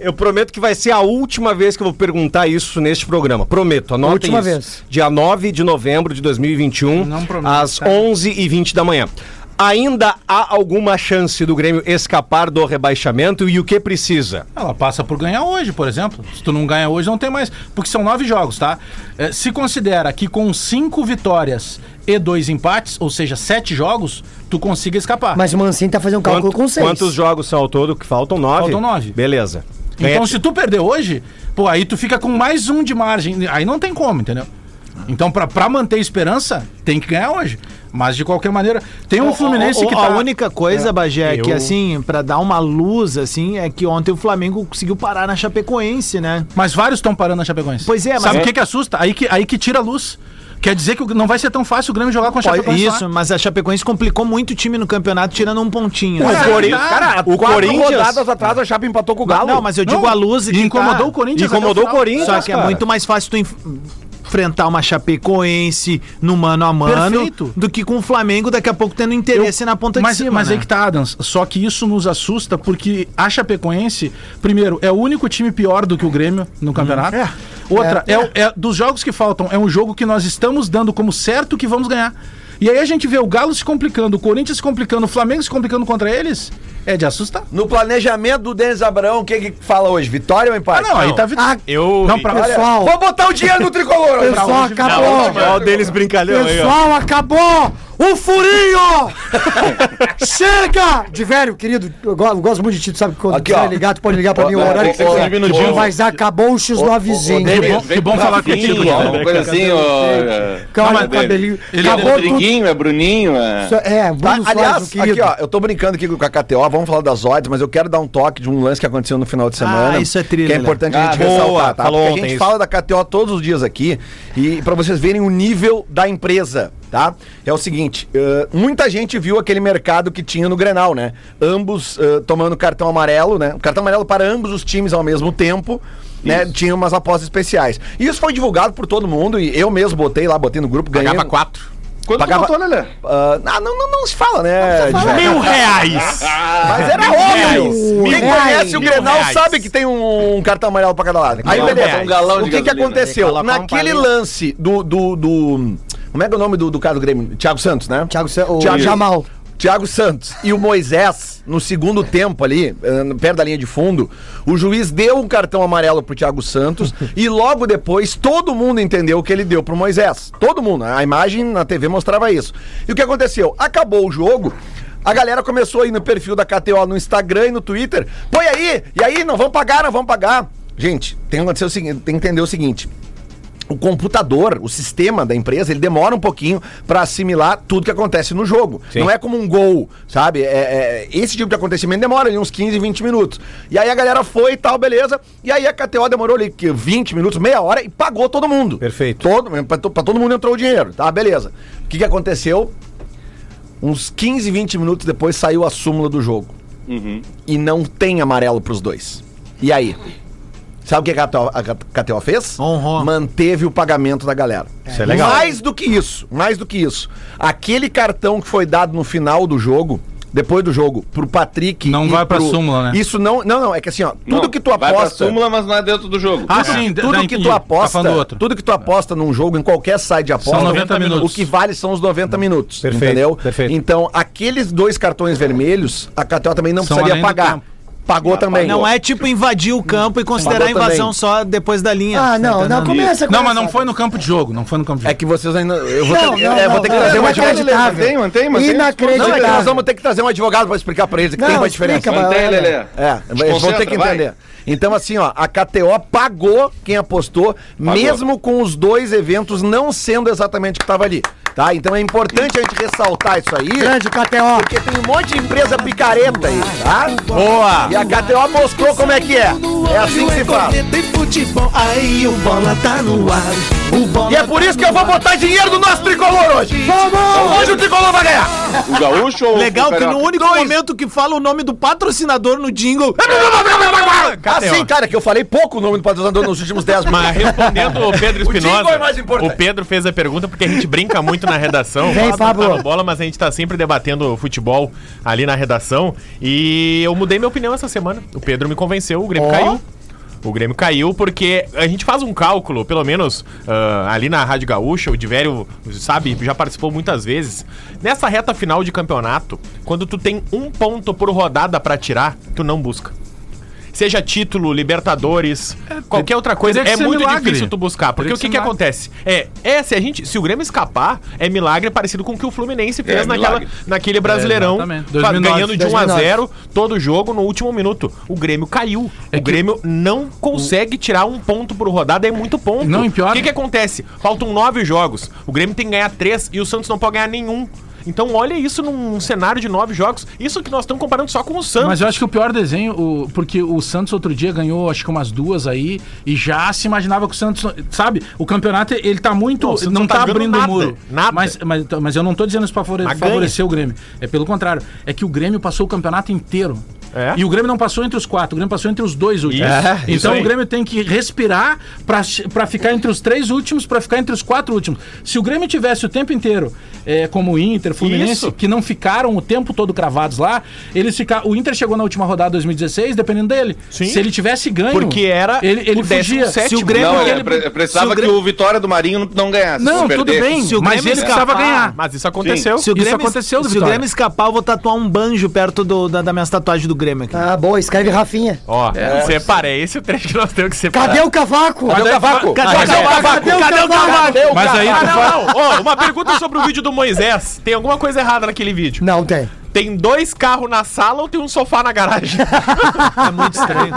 [SPEAKER 4] Eu prometo que vai ser a última vez que eu vou perguntar isso neste programa. Prometo, anotem
[SPEAKER 6] Última
[SPEAKER 4] isso.
[SPEAKER 6] vez.
[SPEAKER 4] Dia 9 de novembro de 2021,
[SPEAKER 3] Não prometo,
[SPEAKER 4] às
[SPEAKER 3] tá?
[SPEAKER 4] 11h20 da manhã. Ainda há alguma chance do Grêmio escapar do rebaixamento e o que precisa?
[SPEAKER 3] Ela passa por ganhar hoje, por exemplo. Se tu não ganha hoje, não tem mais. Porque são nove jogos, tá? É, se considera que com cinco vitórias e dois empates, ou seja, sete jogos, tu consiga escapar.
[SPEAKER 6] Mas o Mancini tá fazendo um cálculo
[SPEAKER 4] Quanto-
[SPEAKER 6] com seis.
[SPEAKER 4] Quantos jogos são ao todo? Que faltam nove?
[SPEAKER 3] Faltam nove.
[SPEAKER 4] Beleza.
[SPEAKER 3] então,
[SPEAKER 4] Ganha-
[SPEAKER 3] se tu perder hoje, pô, aí tu fica com mais um de margem. Aí não tem como, entendeu? Então, pra, pra manter a esperança, tem que ganhar hoje. Mas, de qualquer maneira, tem um Fluminense
[SPEAKER 2] O- o-
[SPEAKER 3] que
[SPEAKER 2] a
[SPEAKER 3] tá...
[SPEAKER 2] única coisa, Bagé, que
[SPEAKER 8] Eu-
[SPEAKER 2] assim, pra dar uma luz, assim, é que ontem o Flamengo conseguiu parar na Chapecoense, né?
[SPEAKER 3] Mas vários estão parando na Chapecoense.
[SPEAKER 2] Pois é, mas-
[SPEAKER 3] Sabe o que que assusta? Aí que, aí que tira a luz. Quer dizer que o- não vai ser tão fácil o Grêmio jogar com a
[SPEAKER 2] Pode-
[SPEAKER 3] Chapecoense lá.
[SPEAKER 2] isso, mas a Chapecoense complicou muito o time no campeonato, tirando um pontinho. né?
[SPEAKER 5] O Corinthians,
[SPEAKER 3] tá.
[SPEAKER 5] cara,
[SPEAKER 4] O
[SPEAKER 5] quatro
[SPEAKER 4] Corinthians-
[SPEAKER 5] rodadas atrás a Chapa empatou com o Galo.
[SPEAKER 2] Não, mas eu digo
[SPEAKER 3] Não,
[SPEAKER 2] a luz tá
[SPEAKER 3] e
[SPEAKER 2] que
[SPEAKER 3] incomodou o Corinthians
[SPEAKER 4] Incomodou
[SPEAKER 3] até
[SPEAKER 4] o Corinthians,
[SPEAKER 2] Só que é
[SPEAKER 4] cara.
[SPEAKER 2] muito mais fácil tu enf- enfrentar uma Chapecoense no mano a mano
[SPEAKER 3] Perfeito.
[SPEAKER 2] do que com o Flamengo daqui a pouco tendo interesse
[SPEAKER 3] Eu-
[SPEAKER 2] na ponta
[SPEAKER 3] mas,
[SPEAKER 2] de cima.
[SPEAKER 3] Mas
[SPEAKER 2] né?
[SPEAKER 3] aí que tá, Adams. Só que isso nos assusta porque a Chapecoense, primeiro, é o único time pior do que o Grêmio no campeonato. Outra, Hum. é, o- é dos jogos que faltam, é um jogo que nós estamos dando como certo que vamos ganhar. E aí a gente vê o Galo se complicando, o Corinthians se complicando, o Flamengo se complicando contra eles. É de assustar.
[SPEAKER 5] No planejamento do Denis Abraão, o que que fala hoje? Vitória ou
[SPEAKER 3] Ah,
[SPEAKER 5] empate?
[SPEAKER 3] não, aí tá vitória.
[SPEAKER 8] Eu.
[SPEAKER 3] não, pra,
[SPEAKER 6] Pessoal,
[SPEAKER 5] Vou botar o dinheiro no tricolor. hoje.
[SPEAKER 6] pessoal, acabou.
[SPEAKER 8] Olha o deles brincalhão aí, ó.
[SPEAKER 6] Pessoal, acabou! O furinho! <laughs> Chega! De velho, querido, eu go- eu gosto, muito de ti, tu sabe que quando
[SPEAKER 5] Aqui,
[SPEAKER 6] quiser
[SPEAKER 5] ó.
[SPEAKER 6] ligar, tu pode ligar pra
[SPEAKER 5] Ó,
[SPEAKER 6] mim o
[SPEAKER 5] não,
[SPEAKER 6] horário
[SPEAKER 5] tem
[SPEAKER 6] que
[SPEAKER 5] que ser
[SPEAKER 6] quiser.
[SPEAKER 5] um
[SPEAKER 7] minutinho.
[SPEAKER 6] Mas acabou o X9zinho.
[SPEAKER 5] Denis,
[SPEAKER 3] que bom falar contigo,
[SPEAKER 7] Bruninho,
[SPEAKER 3] né,
[SPEAKER 7] alguma coisa assim, ó.
[SPEAKER 6] Calma,
[SPEAKER 7] Cadê ele?
[SPEAKER 6] cabelinho.
[SPEAKER 7] Ele
[SPEAKER 6] Acabou
[SPEAKER 7] é
[SPEAKER 6] tudo.
[SPEAKER 7] Briguinho, é Bruninho, é.
[SPEAKER 6] Isso É,
[SPEAKER 5] Tá,
[SPEAKER 6] Bruno Soares,
[SPEAKER 5] aliás,
[SPEAKER 6] o querido.
[SPEAKER 5] aqui ó, eu tô brincando aqui com a KTO, vamos falar das odds, mas eu quero dar um toque de um lance que aconteceu no final de semana.
[SPEAKER 2] Ah, isso é trilha,
[SPEAKER 5] Que é
[SPEAKER 2] né?
[SPEAKER 5] importante a gente
[SPEAKER 4] Ah, boa,
[SPEAKER 5] ressaltar, tá?
[SPEAKER 4] falou
[SPEAKER 5] Porque a
[SPEAKER 4] ontem
[SPEAKER 5] gente
[SPEAKER 4] isso.
[SPEAKER 5] fala da KTO todos os dias aqui e pra vocês verem o nível da empresa, tá? É o seguinte, eh, muita gente viu aquele mercado que tinha no Grenal, né? Ambos eh, tomando cartão amarelo, né? O cartão amarelo para ambos os times ao mesmo tempo. Né, tinha umas apostas especiais. E isso foi divulgado por todo mundo e eu mesmo botei lá, botei no grupo, ganhei.
[SPEAKER 8] Pagava quatro.
[SPEAKER 7] Quanto
[SPEAKER 5] pagava-
[SPEAKER 7] botou, Lelê?
[SPEAKER 5] Ah, não, não, não, não se fala, né? Diver?
[SPEAKER 8] Mil reais!
[SPEAKER 5] Mas era
[SPEAKER 8] reais,
[SPEAKER 5] óbvio. Quem
[SPEAKER 8] mil
[SPEAKER 5] conhece
[SPEAKER 8] reais,
[SPEAKER 5] o
[SPEAKER 8] mil
[SPEAKER 5] Grenal
[SPEAKER 8] reais.
[SPEAKER 5] sabe que tem um cartão amarelo pra cada lado. Aí,
[SPEAKER 7] Não,
[SPEAKER 5] beleza.
[SPEAKER 7] é um galão
[SPEAKER 5] o
[SPEAKER 7] de
[SPEAKER 5] que, que
[SPEAKER 7] gasolina.
[SPEAKER 5] aconteceu?
[SPEAKER 8] Tem que colocar um
[SPEAKER 5] Naquele
[SPEAKER 8] palito.
[SPEAKER 5] lance do, do, do- Como é que é o nome do, do cara do Grêmio? Thiago Santos, né?
[SPEAKER 6] Thiago, Sa- o
[SPEAKER 5] Thiago-
[SPEAKER 6] Jamal.
[SPEAKER 5] Thiago Santos e o Moisés, no segundo tempo ali, eh, perto da linha de fundo, o juiz deu um cartão amarelo pro
[SPEAKER 6] <laughs>
[SPEAKER 5] Thiago Santos e logo depois todo mundo entendeu que ele deu pro Moisés. Todo mundo. A imagem na TV mostrava isso. E o que aconteceu? Acabou o jogo. A galera começou aí no perfil da KTO no Instagram e no Twitter. Põe aí, e aí, não vão pagar, não vão pagar. Gente, tem que, acontecer o seguinte, tem que entender o seguinte o computador, o sistema da empresa, ele demora um pouquinho pra assimilar tudo que acontece no jogo. Não é como um gol, sabe? É- é- esse tipo de acontecimento demora ali uns 15, 20 minutos. E aí a galera foi e tal, beleza. E aí a KTO demorou ali que 20 minutos, meia hora e pagou todo mundo.
[SPEAKER 4] Perfeito.
[SPEAKER 5] Todo, pra, to- pra todo mundo entrou o dinheiro, tá? Beleza. O que, que aconteceu? Uns 15, 20 minutos depois saiu a súmula do jogo. E não tem amarelo pros dois. E aí? Sabe o que a KTO, a KTO fez?
[SPEAKER 2] Honrou.
[SPEAKER 5] Manteve o pagamento da galera. Isso
[SPEAKER 4] é legal.
[SPEAKER 5] Mais do que isso, mais do que isso. Aquele cartão que foi dado no final do jogo, depois do jogo, pro Patrick.
[SPEAKER 3] Não
[SPEAKER 5] e
[SPEAKER 3] vai pra
[SPEAKER 5] pro-
[SPEAKER 3] súmula, né?
[SPEAKER 5] Isso não. Não, não. É que assim, ó, tudo
[SPEAKER 7] Não,
[SPEAKER 5] que tu
[SPEAKER 7] Vai pra
[SPEAKER 5] aposta.
[SPEAKER 7] súmula, mas não é dentro do jogo.
[SPEAKER 3] Ah,
[SPEAKER 7] É.
[SPEAKER 3] sim,
[SPEAKER 5] Tudo
[SPEAKER 3] dá-
[SPEAKER 5] que
[SPEAKER 3] entendi.
[SPEAKER 5] tu
[SPEAKER 3] Tá
[SPEAKER 5] aposta,
[SPEAKER 3] falando outro.
[SPEAKER 5] tudo que tu aposta num jogo, em qualquer site de aposta,
[SPEAKER 3] São 90 minutos.
[SPEAKER 5] o que vale são os 90 minutos,
[SPEAKER 4] Perfeito,
[SPEAKER 5] entendeu?
[SPEAKER 4] perfeito.
[SPEAKER 5] Então, aqueles dois cartões vermelhos, a KTO também não
[SPEAKER 3] São
[SPEAKER 5] precisaria
[SPEAKER 3] além do
[SPEAKER 5] pagar.
[SPEAKER 3] campo.
[SPEAKER 5] Pagou também.
[SPEAKER 2] Não é tipo invadir o campo e considerar a
[SPEAKER 5] Falou também.
[SPEAKER 2] invasão só depois da linha.
[SPEAKER 6] Ah,
[SPEAKER 2] tá
[SPEAKER 6] não, não,
[SPEAKER 2] entendendo?
[SPEAKER 6] começa com
[SPEAKER 3] Hum. Não, mas não
[SPEAKER 6] essa.
[SPEAKER 3] foi no campo de jogo, não foi no campo de
[SPEAKER 5] É
[SPEAKER 3] jogo.
[SPEAKER 5] que vocês ainda. Eu vou
[SPEAKER 6] Não,
[SPEAKER 5] ter,
[SPEAKER 6] não,
[SPEAKER 5] é, eu vou
[SPEAKER 6] não,
[SPEAKER 5] ter que
[SPEAKER 6] não,
[SPEAKER 5] trazer
[SPEAKER 6] não,
[SPEAKER 5] um
[SPEAKER 6] não,
[SPEAKER 5] advogado.
[SPEAKER 6] não, não,
[SPEAKER 7] Mantém, mantém, mantém.
[SPEAKER 5] Não, é que nós
[SPEAKER 6] Inacreditável.
[SPEAKER 5] vamos ter que trazer um advogado para explicar para eles que
[SPEAKER 6] Não,
[SPEAKER 5] tem uma diferença.
[SPEAKER 6] explica,
[SPEAKER 7] Mantém,
[SPEAKER 6] mas-
[SPEAKER 7] Lelê.
[SPEAKER 5] É, eles vão ter que
[SPEAKER 7] vai.
[SPEAKER 5] entender. Então, assim, ó, a KTO pagou quem apostou, mesmo com os dois eventos não sendo exatamente o que estava ali. Tá? Então é importante a gente ressaltar isso aí.
[SPEAKER 6] Grande KTO.
[SPEAKER 5] Porque tem um monte de empresa picareta aí, tá?
[SPEAKER 4] Boa!
[SPEAKER 5] E a KTO mostrou como é que é. É assim que se fala.
[SPEAKER 3] tá
[SPEAKER 5] E é por isso que eu vou botar dinheiro no nosso tricolor hoje. Vamos! Hoje o tricolor vai ganhar.
[SPEAKER 7] O gaúcho ou o
[SPEAKER 2] Legal que
[SPEAKER 7] carioca?
[SPEAKER 2] no único momento que fala o nome do patrocinador no jingle.
[SPEAKER 5] Assim, cara, que eu falei pouco o nome do patrocinador nos últimos 10 minutos.
[SPEAKER 8] Mas respondendo o Pedro
[SPEAKER 5] O jingle
[SPEAKER 8] Espinosa,
[SPEAKER 5] é mais importante.
[SPEAKER 8] o Pedro fez a pergunta porque a gente brinca muito na redação.
[SPEAKER 6] Vem,
[SPEAKER 8] O Fábio
[SPEAKER 6] Pablo.
[SPEAKER 8] não tá no bola, mas a gente tá sempre debatendo futebol ali na redação. E eu mudei minha opinião essa semana. O Pedro me convenceu, o Grêmio caiu. O Grêmio caiu porque a gente faz um cálculo, pelo menos ah, ali na Rádio Gaúcha, o Divério, sabe, já participou muitas vezes. Nessa reta final de campeonato, quando tu tem um ponto por rodada pra tirar, tu não busca. Seja título, Libertadores, qualquer outra coisa,
[SPEAKER 3] teria
[SPEAKER 8] é
[SPEAKER 3] que ser
[SPEAKER 8] muito
[SPEAKER 3] milagre.
[SPEAKER 8] difícil tu buscar. Porque
[SPEAKER 3] Teria
[SPEAKER 8] o
[SPEAKER 3] que
[SPEAKER 8] que,
[SPEAKER 3] ser
[SPEAKER 8] que
[SPEAKER 3] milagre.
[SPEAKER 8] acontece? É, é, se a gente. Se o Grêmio escapar, é milagre parecido com o que o Fluminense fez
[SPEAKER 7] É,
[SPEAKER 8] naquela,
[SPEAKER 7] milagre.
[SPEAKER 8] naquele brasileirão,
[SPEAKER 3] É, exatamente.
[SPEAKER 8] fa-
[SPEAKER 3] 2009,
[SPEAKER 8] ganhando de 1 a
[SPEAKER 6] 2009.
[SPEAKER 8] 0 todo jogo no último minuto. O Grêmio caiu.
[SPEAKER 3] É
[SPEAKER 8] o Grêmio não consegue tirar um ponto por rodada, é muito ponto.
[SPEAKER 3] Não, e pior- é-
[SPEAKER 8] O que, que acontece? Faltam nove jogos. O Grêmio tem que ganhar três e o Santos não pode ganhar nenhum. Então olha isso num cenário de nove jogos. Isso que nós estamos comparando só com o Santos.
[SPEAKER 3] Mas eu acho que o pior desenho, o- porque o Santos outro dia ganhou, acho que umas duas aí, e já se imaginava que o Santos. Sabe, o campeonato, ele tá muito.
[SPEAKER 8] Não, o Santos
[SPEAKER 3] Não,
[SPEAKER 8] não tá
[SPEAKER 3] tá,
[SPEAKER 8] jogando
[SPEAKER 3] abrindo
[SPEAKER 8] nada,
[SPEAKER 3] o muro.
[SPEAKER 8] nada.
[SPEAKER 3] Mas, mas, mas eu não tô dizendo isso pra favore-
[SPEAKER 8] Mas ganha.
[SPEAKER 3] favorecer o Grêmio. É pelo contrário. É que o Grêmio passou o campeonato inteiro.
[SPEAKER 8] É?
[SPEAKER 3] E o Grêmio não passou entre os quatro, o Grêmio passou entre os dois últimos.
[SPEAKER 8] Isso. É, isso
[SPEAKER 3] então o
[SPEAKER 8] aí.
[SPEAKER 3] Grêmio tem que respirar pra pra ficar entre os três últimos, pra ficar entre os quatro últimos. Se o Grêmio tivesse o tempo inteiro, é, como o Inter, Fluminense,
[SPEAKER 8] Isso.
[SPEAKER 3] que não ficaram o tempo todo cravados lá, eles fica... o Inter chegou na última rodada 2016, dependendo dele.
[SPEAKER 8] Sim.
[SPEAKER 3] Se ele tivesse ganho,
[SPEAKER 8] Porque era
[SPEAKER 3] ele, ele
[SPEAKER 8] o
[SPEAKER 3] fugia.
[SPEAKER 8] 17º.
[SPEAKER 3] Se o Grêmio
[SPEAKER 7] Não,
[SPEAKER 3] ele-
[SPEAKER 7] ele, pre- precisava
[SPEAKER 3] se o Grêmio-
[SPEAKER 7] que o Vitória do Marinho não ganhasse.
[SPEAKER 3] Não,
[SPEAKER 7] se
[SPEAKER 3] tudo
[SPEAKER 7] perdesse.
[SPEAKER 3] bem,
[SPEAKER 2] Se o
[SPEAKER 3] mas
[SPEAKER 2] Grêmio
[SPEAKER 3] ele precisava
[SPEAKER 2] escapar-
[SPEAKER 3] ganhar.
[SPEAKER 8] Mas isso aconteceu.
[SPEAKER 2] Se o
[SPEAKER 3] Isso
[SPEAKER 2] Grêmio,
[SPEAKER 3] aconteceu,
[SPEAKER 2] Se o
[SPEAKER 3] Vitória.
[SPEAKER 2] Grêmio escapar, eu vou tatuar um banjo perto do- da, da minha tatuagem do Grêmio aqui.
[SPEAKER 6] Ah, boa, escreve Rafinha.
[SPEAKER 8] Ó, separa, é esse o trecho que nós temos que separar.
[SPEAKER 6] Cadê o cavaco?
[SPEAKER 5] é. Cadê o cavaco?
[SPEAKER 2] Cadê o cavaco? Cadê o cavaco?
[SPEAKER 3] Mas aí
[SPEAKER 8] Ah,
[SPEAKER 3] tu fala-
[SPEAKER 8] não, não. Ó, uma pergunta sobre o vídeo do Moisés. Tem alguma coisa errada naquele vídeo?
[SPEAKER 6] Não tem.
[SPEAKER 8] Tem dois carros na sala ou tem um sofá na garagem?
[SPEAKER 2] <laughs> É muito estranho.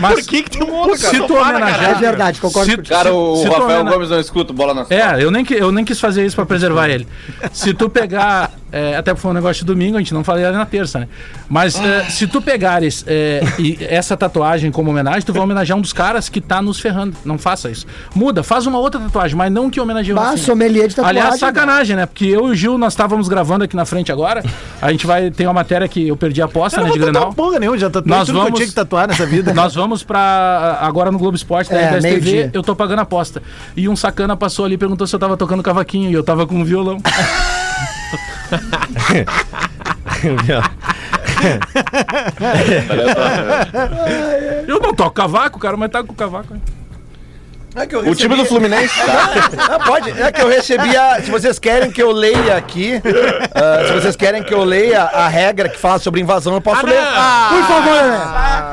[SPEAKER 3] mas
[SPEAKER 8] que, que tem um outro
[SPEAKER 3] se tu
[SPEAKER 8] sofá na
[SPEAKER 6] É
[SPEAKER 3] homenagear,
[SPEAKER 6] verdade, concordo
[SPEAKER 3] Se-
[SPEAKER 6] contigo.
[SPEAKER 7] Cara, o,
[SPEAKER 3] Se- se tu
[SPEAKER 7] Rafael
[SPEAKER 3] olhar-
[SPEAKER 7] Gomes não escuta o bola na sala.
[SPEAKER 3] É, eu nem, que- eu nem quis fazer isso pra preservar ele. Se tu pegar. é, até foi um negócio de domingo, a gente não falei na terça, né? Mas é, se tu pegares é, e essa tatuagem como homenagem, tu vai homenagear um dos caras que tá nos ferrando. Não faça isso. Muda, faz uma outra tatuagem, mas não que homenageie o
[SPEAKER 6] Bah,
[SPEAKER 3] Rafinha.
[SPEAKER 6] sommelier de tatuagem.
[SPEAKER 3] Aliás, sacanagem, né? Porque eu e o Gil, nós estávamos gravando aqui na frente agora. A gente vai. Tem uma matéria que eu perdi a
[SPEAKER 5] Tá
[SPEAKER 3] aposta,
[SPEAKER 2] Eu
[SPEAKER 3] né?
[SPEAKER 2] não
[SPEAKER 3] De
[SPEAKER 2] vou um tatuar
[SPEAKER 3] Grenal.
[SPEAKER 2] porra nenhuma, já tatuei
[SPEAKER 3] Nós
[SPEAKER 2] tudo que eu
[SPEAKER 3] vamos-
[SPEAKER 2] tinha que tatuar nessa
[SPEAKER 5] <laughs>
[SPEAKER 2] vida.
[SPEAKER 3] Nós vamos pra. Agora no Globo Esporte, né? da
[SPEAKER 6] É,
[SPEAKER 3] RBS TV,
[SPEAKER 6] meio-dia.
[SPEAKER 3] eu tô pagando a aposta. E um sacana passou ali e perguntou se eu tava tocando cavaquinho e eu tava com um violão. <laughs> eu não toco cavaco, cara, mas tá com cavaco. né?
[SPEAKER 5] É que eu
[SPEAKER 7] O time do
[SPEAKER 5] recebi-
[SPEAKER 7] Fluminense, tá?
[SPEAKER 5] Ah, pode. É que eu recebi a. Se vocês querem que eu leia aqui, ah, se vocês querem que eu leia a regra que fala sobre invasão, eu posso ler.
[SPEAKER 6] Por favor,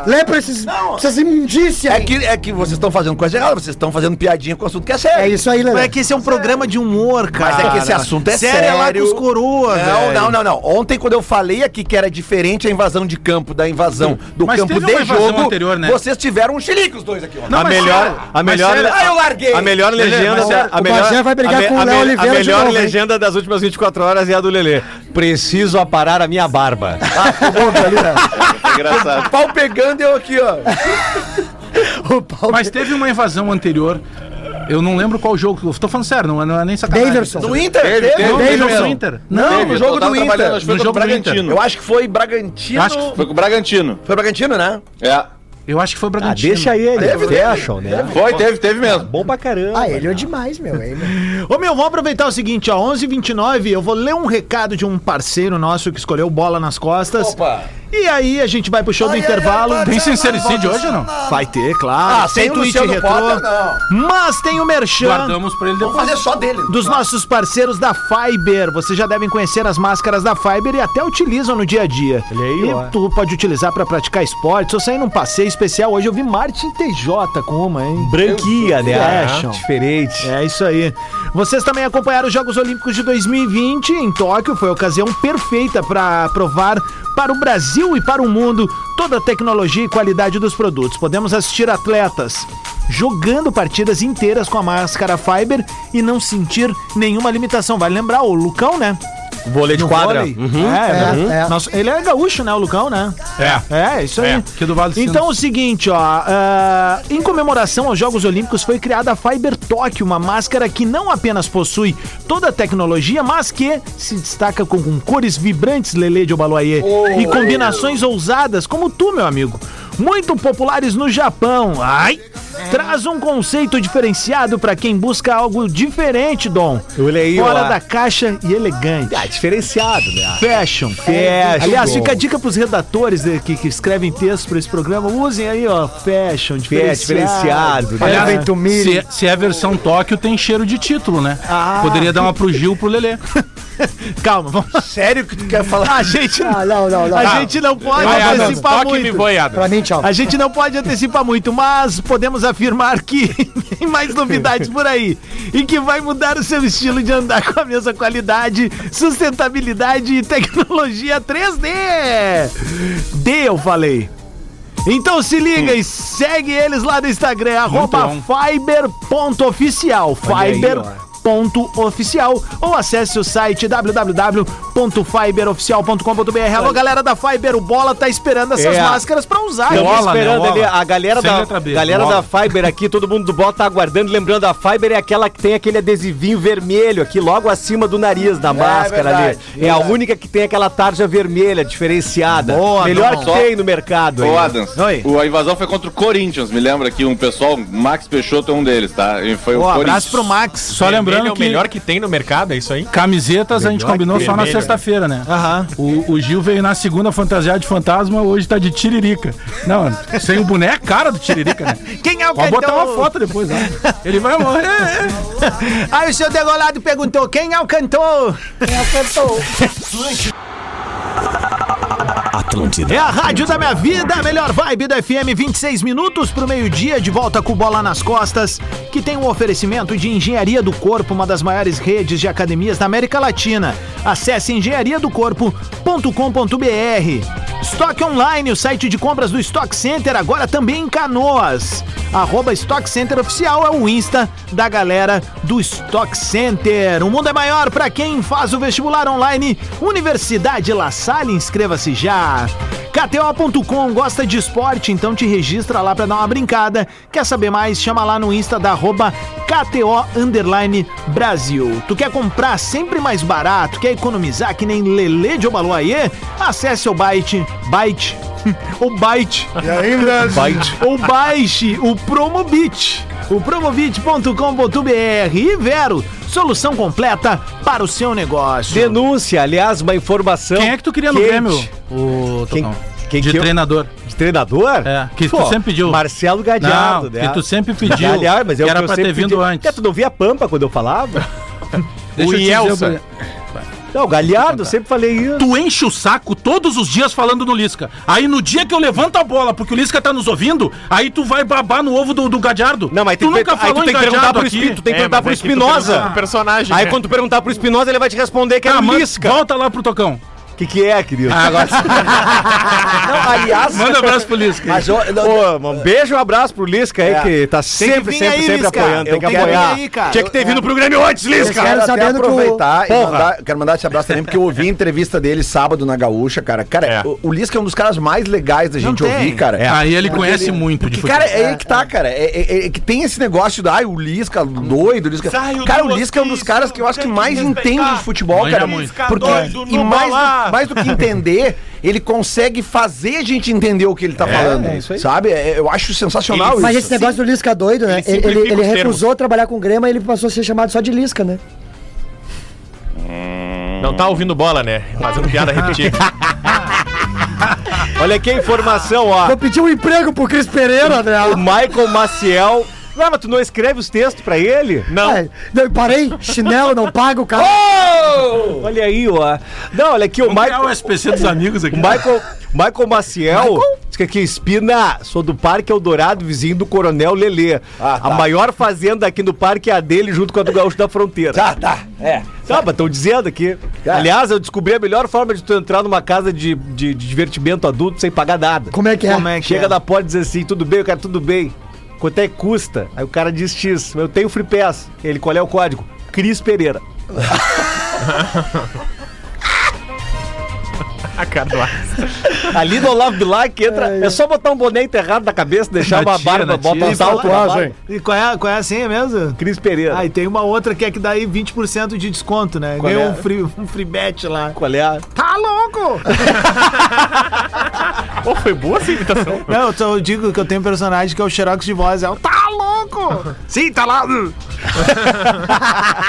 [SPEAKER 6] lê. Lê pra esses, pra essas imundícias.
[SPEAKER 5] É que, é que vocês estão fazendo coisa errada, vocês estão fazendo piadinha com o assunto que é sério.
[SPEAKER 6] É isso aí, Lelê.
[SPEAKER 2] Mas é que esse é um programa de humor, cara.
[SPEAKER 5] Mas é que esse assunto é sério.
[SPEAKER 2] é lá com os coroa,
[SPEAKER 5] Não,
[SPEAKER 2] velho.
[SPEAKER 5] não, não, não. Ontem, quando eu falei aqui que era diferente a invasão de campo da invasão do
[SPEAKER 3] Mas
[SPEAKER 5] campo
[SPEAKER 3] teve uma
[SPEAKER 5] de
[SPEAKER 3] invasão
[SPEAKER 5] jogo,
[SPEAKER 3] anterior, né?
[SPEAKER 5] vocês tiveram um xilique os dois aqui, ó.
[SPEAKER 3] Não,
[SPEAKER 8] a
[SPEAKER 3] mas
[SPEAKER 8] melhor,
[SPEAKER 3] sério,
[SPEAKER 8] a
[SPEAKER 3] mas
[SPEAKER 8] melhor,
[SPEAKER 4] é
[SPEAKER 3] sério.
[SPEAKER 5] Ah, eu larguei.
[SPEAKER 8] a melhor
[SPEAKER 3] Lelê,
[SPEAKER 8] legenda,
[SPEAKER 3] mas sério,
[SPEAKER 8] a
[SPEAKER 6] o
[SPEAKER 8] melhor,
[SPEAKER 6] Bagé vai brigar
[SPEAKER 8] a me-
[SPEAKER 6] com o
[SPEAKER 8] a
[SPEAKER 6] Léo
[SPEAKER 8] me-
[SPEAKER 6] Oliveira
[SPEAKER 8] A
[SPEAKER 6] de
[SPEAKER 8] melhor
[SPEAKER 6] novo, hein?
[SPEAKER 8] legenda das últimas 24 horas é a do Lelê. Preciso aparar a minha barba.
[SPEAKER 7] Engraçado.
[SPEAKER 5] Pau pegando eu aqui, ó.
[SPEAKER 3] Mas teve uma invasão anterior. Eu não lembro qual jogo. Eu tô falando sério, não é, não é nem sacanagem.
[SPEAKER 6] Daverson.
[SPEAKER 5] Do Inter,
[SPEAKER 7] Teve,
[SPEAKER 5] teve?
[SPEAKER 7] teve.
[SPEAKER 3] Não,
[SPEAKER 6] Daverson.
[SPEAKER 3] do Inter.
[SPEAKER 5] Não, no jogo do Inter.
[SPEAKER 7] Acho que foi
[SPEAKER 3] No
[SPEAKER 7] contra o
[SPEAKER 3] jogo do Inter.
[SPEAKER 7] Bragantino.
[SPEAKER 5] Eu acho que foi Bragantino.
[SPEAKER 3] Acho que-
[SPEAKER 7] Foi com o Bragantino.
[SPEAKER 5] Foi Bragantino, né?
[SPEAKER 7] É.
[SPEAKER 3] Eu acho que
[SPEAKER 6] Ah,
[SPEAKER 3] foi o
[SPEAKER 2] Ah,
[SPEAKER 3] Bragantino.
[SPEAKER 4] ele. Fecham, né?
[SPEAKER 7] Foi, teve, teve mesmo.
[SPEAKER 4] Bom pra caramba.
[SPEAKER 6] Ah, ele é demais, meu. Ele...
[SPEAKER 2] Ô meu, vamos aproveitar o seguinte, ó, 11h29, eu vou ler um recado de um parceiro nosso que escolheu bola nas costas. E aí a gente vai pro show do intervalo.
[SPEAKER 3] Tem sincericídio hoje ou não?
[SPEAKER 2] Vai ter, claro.
[SPEAKER 5] Ah, sem o Luciano Potter, não.
[SPEAKER 2] Mas tem o Merchan.
[SPEAKER 3] Guardamos pra ele
[SPEAKER 5] Vamos
[SPEAKER 3] depois.
[SPEAKER 5] fazer só dele.
[SPEAKER 2] Dos nossos parceiros da Fiber. Vocês já devem conhecer as máscaras da Fiber e até utilizam no dia a dia. e tu pode utilizar pra praticar esportes ou sair num passeio especial. Hoje eu vi Martin TJ com uma, hein?
[SPEAKER 4] Branquia, né?
[SPEAKER 2] Fecham.
[SPEAKER 4] Diferente.
[SPEAKER 2] É isso aí. Vocês também acompanharam os Jogos Olímpicos de 2020 em Tóquio. Foi a ocasião perfeita para provar para o Brasil e para o mundo toda a tecnologia e qualidade dos produtos. Podemos assistir atletas jogando partidas inteiras com a máscara Fiber e não sentir nenhuma limitação. Vale lembrar o Lucão, né?
[SPEAKER 4] Vôlei de
[SPEAKER 2] No
[SPEAKER 4] quadra. Uhum.
[SPEAKER 2] vôlei. É,
[SPEAKER 6] É,
[SPEAKER 2] né?
[SPEAKER 6] é.
[SPEAKER 2] Nossa, ele é gaúcho, né, o Lucão, né? É, é isso aí.
[SPEAKER 3] É, aqui do Vale do
[SPEAKER 2] então, o seguinte, ó. ah, em comemoração aos Jogos Olímpicos, foi criada a Fiber Tóquio, uma máscara que não apenas possui toda a tecnologia, mas que se destaca com, com cores vibrantes, Lele de Obaloaiê, e combinações ousadas, como tu, meu amigo. Muito populares no Japão. Ai! Traz um conceito diferenciado para quem busca algo diferente, Dom.
[SPEAKER 4] Olha aí,
[SPEAKER 2] Fora
[SPEAKER 4] ó.
[SPEAKER 2] da caixa e elegante.
[SPEAKER 4] Ah, diferenciado, né?
[SPEAKER 2] Fashion.
[SPEAKER 4] Fashion.
[SPEAKER 2] É, Aliás,
[SPEAKER 4] Bom.
[SPEAKER 2] fica a dica pros redatores de- que, que escrevem textos para esse programa. Usem aí, ó, fashion, diferenciado.
[SPEAKER 4] diferenciado, né?
[SPEAKER 3] Aliás,
[SPEAKER 6] Feito milho.
[SPEAKER 3] é se, se é a versão Tóquio, tem cheiro de título, né?
[SPEAKER 2] Ah.
[SPEAKER 4] <laughs>
[SPEAKER 3] Poderia dar uma pro Gil pro Lelê.
[SPEAKER 2] Calma, vamos.
[SPEAKER 5] Sério que tu quer falar?
[SPEAKER 2] A gente não,
[SPEAKER 6] Ah, não, não, não.
[SPEAKER 2] a
[SPEAKER 6] Tá.
[SPEAKER 2] gente não pode
[SPEAKER 8] Vai, Adams,
[SPEAKER 2] antecipar
[SPEAKER 8] toque-me,
[SPEAKER 2] muito.
[SPEAKER 8] vai,
[SPEAKER 6] Pra
[SPEAKER 8] Adams.
[SPEAKER 6] mim, tchau.
[SPEAKER 2] A gente não pode antecipar muito, mas podemos afirmar que <laughs> tem mais novidades por aí e que vai mudar o seu estilo de andar com a mesma qualidade, sustentabilidade e tecnologia 3D. D, eu falei. Então se liga e segue eles lá no Instagram, arroba
[SPEAKER 3] bom.
[SPEAKER 2] fiber.oficial. Fiber. Ponto oficial ou acesse o site www.fiberoficial.com.br. Alô, galera da Fiber, o Bola tá esperando essas
[SPEAKER 4] É.
[SPEAKER 2] máscaras pra usar.
[SPEAKER 4] Estamos
[SPEAKER 3] Bola, né?
[SPEAKER 4] esperando
[SPEAKER 3] Bola.
[SPEAKER 4] ali. A galera,
[SPEAKER 3] Sem
[SPEAKER 4] da,
[SPEAKER 3] letra B,
[SPEAKER 4] galera
[SPEAKER 3] bola.
[SPEAKER 4] da Fiber aqui, todo mundo do Bola tá aguardando. Lembrando, a Fiber é aquela que tem aquele adesivinho vermelho aqui, logo acima do nariz, da máscara
[SPEAKER 5] verdade,
[SPEAKER 4] ali. É a única que tem aquela tarja vermelha, diferenciada.
[SPEAKER 2] Boa,
[SPEAKER 4] Melhor
[SPEAKER 2] não.
[SPEAKER 4] que tem no mercado.
[SPEAKER 7] Ô,
[SPEAKER 4] aí.
[SPEAKER 7] Adams,
[SPEAKER 2] Oi.
[SPEAKER 7] o- a invasão foi contra o Corinthians, me lembra que um pessoal, Max Peixoto é um deles, tá? E foi
[SPEAKER 2] Ó,
[SPEAKER 7] o
[SPEAKER 2] abraço
[SPEAKER 7] Corinthians.
[SPEAKER 2] pro Max.
[SPEAKER 3] Só lembrando
[SPEAKER 8] Vermelho é o
[SPEAKER 3] que
[SPEAKER 8] melhor que tem no mercado, é isso aí?
[SPEAKER 3] camisetas a gente
[SPEAKER 8] Melhor
[SPEAKER 3] combinou
[SPEAKER 8] que
[SPEAKER 3] só na
[SPEAKER 8] vermelho,
[SPEAKER 3] sexta-feira, né?
[SPEAKER 2] Aham.
[SPEAKER 3] O, o Gil veio na segunda fantasiado de fantasma, hoje tá de tiririca. Não, sem o boné é a cara do tiririca,
[SPEAKER 4] <laughs>
[SPEAKER 3] né?
[SPEAKER 2] Quem é o
[SPEAKER 3] Pode
[SPEAKER 2] cantor?
[SPEAKER 3] botar uma foto depois, né? Ele vai morrer. é, é.
[SPEAKER 2] Aí o seu degolado perguntou: quem é o cantor?
[SPEAKER 1] Atlântida.
[SPEAKER 2] É a
[SPEAKER 3] né,
[SPEAKER 2] rádio da minha vida, a melhor vibe do FM, 26 minutos pro meio-dia, de volta com bola nas costas, que tem um oferecimento de Engenharia do Corpo, uma das maiores redes de academias da América Latina. Acesse engenhariadocorpo.com.br. Stock Online, o site de compras do Stock Center, agora também em Canoas. Arroba Stock Center Oficial é o Insta da galera do Stock Center. O mundo é maior para quem faz o vestibular online. Universidade La Salle, inscreva-se já. KTO.com gosta de esporte, então te registra lá para dar uma brincada. Quer saber mais? Chama lá no Insta da arroba KTO Underline Brasil. Tu quer comprar sempre mais barato? Quer economizar que nem Lele de Obaluaiê? Acesse o Byte. Byte. <laughs> o Byte ou baixe Um o Promobit. O promobit.com.br e Vero, solução completa para o seu negócio.
[SPEAKER 4] Denúncia, aliás, uma informação.
[SPEAKER 3] Quem é que tu queria no
[SPEAKER 4] quente.
[SPEAKER 3] Grêmio? O
[SPEAKER 4] Quem-
[SPEAKER 3] Tocão?
[SPEAKER 4] quem
[SPEAKER 3] de
[SPEAKER 4] que eu-
[SPEAKER 3] treinador.
[SPEAKER 4] De treinador?
[SPEAKER 3] É, que tu sempre pediu.
[SPEAKER 4] Marcelo Gadiardo,
[SPEAKER 3] Não, que tu sempre pediu.
[SPEAKER 4] Aliás, mas é o
[SPEAKER 3] que era
[SPEAKER 4] eu
[SPEAKER 3] pra ter
[SPEAKER 4] sempre
[SPEAKER 3] vindo
[SPEAKER 4] pedi. É,
[SPEAKER 3] antes.
[SPEAKER 4] tu não via Pampa quando eu falava?
[SPEAKER 3] Deixa
[SPEAKER 8] o
[SPEAKER 3] eu te dizer
[SPEAKER 8] Ielsa.
[SPEAKER 3] pra-
[SPEAKER 4] Não, o Galhardo, eu sempre falei isso.
[SPEAKER 3] Tu enche o saco todos os dias falando no Lisca. Aí no dia que eu levanto a bola, porque o Lisca tá nos ouvindo, aí tu vai babar no ovo do, do Gadiardo.
[SPEAKER 4] Não, mas
[SPEAKER 3] tu
[SPEAKER 4] tem que-
[SPEAKER 3] nunca
[SPEAKER 4] aí
[SPEAKER 3] falou
[SPEAKER 4] tu
[SPEAKER 3] em
[SPEAKER 4] tem que perguntar
[SPEAKER 3] Gadiardo
[SPEAKER 4] pro
[SPEAKER 3] aqui. Ah,
[SPEAKER 4] Espírito, tem que
[SPEAKER 8] É,
[SPEAKER 4] perguntar
[SPEAKER 8] mas
[SPEAKER 4] pro
[SPEAKER 8] é que tu pergunta
[SPEAKER 4] Espinosa.
[SPEAKER 8] pro personagem,
[SPEAKER 4] Aí
[SPEAKER 8] né?
[SPEAKER 4] quando tu perguntar pro Espinosa, ele vai te responder que
[SPEAKER 3] Ah,
[SPEAKER 4] era
[SPEAKER 3] manda-
[SPEAKER 4] um Lisca.
[SPEAKER 3] Volta lá pro Tocão. Ah,
[SPEAKER 4] O que, que é, querido? <laughs>
[SPEAKER 3] agora
[SPEAKER 4] Não, aliás,
[SPEAKER 3] manda um abraço pro Lisca.
[SPEAKER 5] Mas eu- não,
[SPEAKER 4] Pô, um beijo e um abraço pro Lisca aí,
[SPEAKER 5] É.
[SPEAKER 4] que tá
[SPEAKER 2] que
[SPEAKER 4] sempre,
[SPEAKER 2] vir
[SPEAKER 4] sempre,
[SPEAKER 2] aí,
[SPEAKER 4] sempre
[SPEAKER 2] Lisca.
[SPEAKER 4] apoiando.
[SPEAKER 2] Eu
[SPEAKER 4] Tem que
[SPEAKER 2] quero
[SPEAKER 4] apoiar.
[SPEAKER 2] vir aí, cara.
[SPEAKER 4] Tinha que ter vindo pro
[SPEAKER 8] É
[SPEAKER 4] Grêmio antes,
[SPEAKER 6] Eu
[SPEAKER 4] Lisca!
[SPEAKER 6] quero
[SPEAKER 5] Quero até
[SPEAKER 6] sabendo que o...
[SPEAKER 5] aproveitar e
[SPEAKER 4] Porra.
[SPEAKER 5] mandar, quero mandar esse abraço também, porque eu ouvi a entrevista dele sábado na Gaúcha, cara. Cara,
[SPEAKER 8] É.
[SPEAKER 5] o, o Lisca é um dos caras mais legais da gente
[SPEAKER 2] tem.
[SPEAKER 5] ouvir, cara.
[SPEAKER 3] Aí ele conhece muito de
[SPEAKER 5] Que, cara, é aí que tá, cara. É, é- é que tem esse negócio do, ai, o Lisca, doido, o Lisca.
[SPEAKER 8] Saiu do
[SPEAKER 5] Cara, o Lisca é um dos
[SPEAKER 8] hospício,
[SPEAKER 5] caras que eu acho que
[SPEAKER 8] tem que
[SPEAKER 5] mais
[SPEAKER 8] respeitar.
[SPEAKER 5] entende de futebol,
[SPEAKER 3] Manja
[SPEAKER 5] cara.
[SPEAKER 3] muito.
[SPEAKER 5] Porque,
[SPEAKER 8] Doido
[SPEAKER 5] e
[SPEAKER 8] no
[SPEAKER 5] mais,
[SPEAKER 8] bolar.
[SPEAKER 5] do- mais do que entender, ele consegue fazer a gente entender o que ele tá falando. Sabe? É, eu acho sensacional isso.
[SPEAKER 6] Mas esse negócio do Lisca doido, né?
[SPEAKER 8] Ele
[SPEAKER 6] Ele, ele,
[SPEAKER 8] simplifica
[SPEAKER 6] ele
[SPEAKER 8] os termos.
[SPEAKER 6] recusou trabalhar com o Grêmio e ele passou a ser chamado só de Lisca, né?
[SPEAKER 8] Não tá ouvindo bola, né?
[SPEAKER 4] <laughs>
[SPEAKER 8] Fazendo piada repetida.
[SPEAKER 4] Olha aqui a informação, ó.
[SPEAKER 6] Vou pedir um emprego pro Cris Pereira, né?
[SPEAKER 4] O Michael Maciel. Não, mas tu não escreve os textos pra ele?
[SPEAKER 8] Não.
[SPEAKER 6] Ai, Ah, é. não, parei, chinelo, não paga o <laughs> cara.
[SPEAKER 4] Olha aí, ó. Não, olha aqui o
[SPEAKER 3] Michael...
[SPEAKER 4] Michael.
[SPEAKER 3] o SPC dos amigos aqui. né?
[SPEAKER 4] O Michael, Michael Maciel diz que aqui, Espina, sou do Parque Eldorado, vizinho do Coronel Lelê. A maior fazenda aqui no parque é a dele, junto com a do Gaúcho da Fronteira.
[SPEAKER 5] Tá, tá. É.
[SPEAKER 4] Tá, mas estão dizendo aqui. Aliás, eu descobri a melhor forma de tu entrar numa casa de, de, de divertimento adulto sem pagar nada.
[SPEAKER 6] Como é que é?
[SPEAKER 2] Como é que
[SPEAKER 4] Chega
[SPEAKER 2] é?
[SPEAKER 4] da porta e diz assim, tudo bem, o cara, tudo bem. Quanto é que custa? Aí o cara diz X, eu tenho free pass. Ele, qual é o código? Cris Pereira.
[SPEAKER 8] A Ah, cara do Adams.
[SPEAKER 4] Ali no Olavo Bilac entra, é só botar um boné enterrado na cabeça, deixar
[SPEAKER 3] Na
[SPEAKER 4] uma
[SPEAKER 3] tia,
[SPEAKER 4] barba,
[SPEAKER 3] na
[SPEAKER 4] bota
[SPEAKER 3] tia.
[SPEAKER 4] um
[SPEAKER 2] E
[SPEAKER 4] salto
[SPEAKER 2] fala-
[SPEAKER 4] alto.
[SPEAKER 2] E qual é, qual é a senha mesmo?
[SPEAKER 4] Cris Pereira.
[SPEAKER 2] Ah, e tem uma outra que é que dá aí 20% de desconto, né?
[SPEAKER 4] Qual
[SPEAKER 2] Ganhou
[SPEAKER 4] é?
[SPEAKER 2] um, free, um free bet lá.
[SPEAKER 4] Qual é a...
[SPEAKER 2] Tá louco!
[SPEAKER 8] <laughs> Pô, foi boa essa imitação.
[SPEAKER 2] Não, eu, só digo que eu tenho um personagem que é o Xerox de voz. É o Tá louco! Sim, tá <laughs> lá!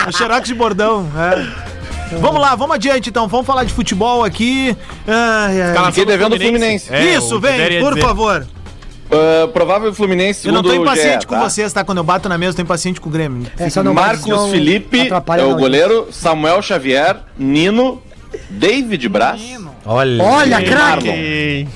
[SPEAKER 2] o Xerox de bordão, é. Vamos lá, vamos adiante então. Vamos falar de futebol aqui. Ai, ai.
[SPEAKER 8] Escalação do
[SPEAKER 7] devendo o Fluminense.
[SPEAKER 8] Tá É,
[SPEAKER 2] Isso,
[SPEAKER 8] o Tiberio
[SPEAKER 2] vem,
[SPEAKER 8] ia
[SPEAKER 2] por
[SPEAKER 8] dizer.
[SPEAKER 2] favor.
[SPEAKER 7] Ah, provável Fluminense,
[SPEAKER 2] Eu não
[SPEAKER 7] segundo
[SPEAKER 2] tô
[SPEAKER 7] o
[SPEAKER 2] impaciente
[SPEAKER 7] GE,
[SPEAKER 2] com
[SPEAKER 7] tá?
[SPEAKER 2] vocês, tá? Quando eu bato na mesa, eu tô impaciente com o Grêmio.
[SPEAKER 6] Essa É, não vai,
[SPEAKER 7] Marcos
[SPEAKER 6] senão
[SPEAKER 7] Felipe
[SPEAKER 6] atrapalha
[SPEAKER 7] é o
[SPEAKER 6] na-
[SPEAKER 7] goleiro, Samuel Xavier, Nino, David Braz,
[SPEAKER 4] Olha.
[SPEAKER 6] Olha,
[SPEAKER 8] Tá
[SPEAKER 6] craque!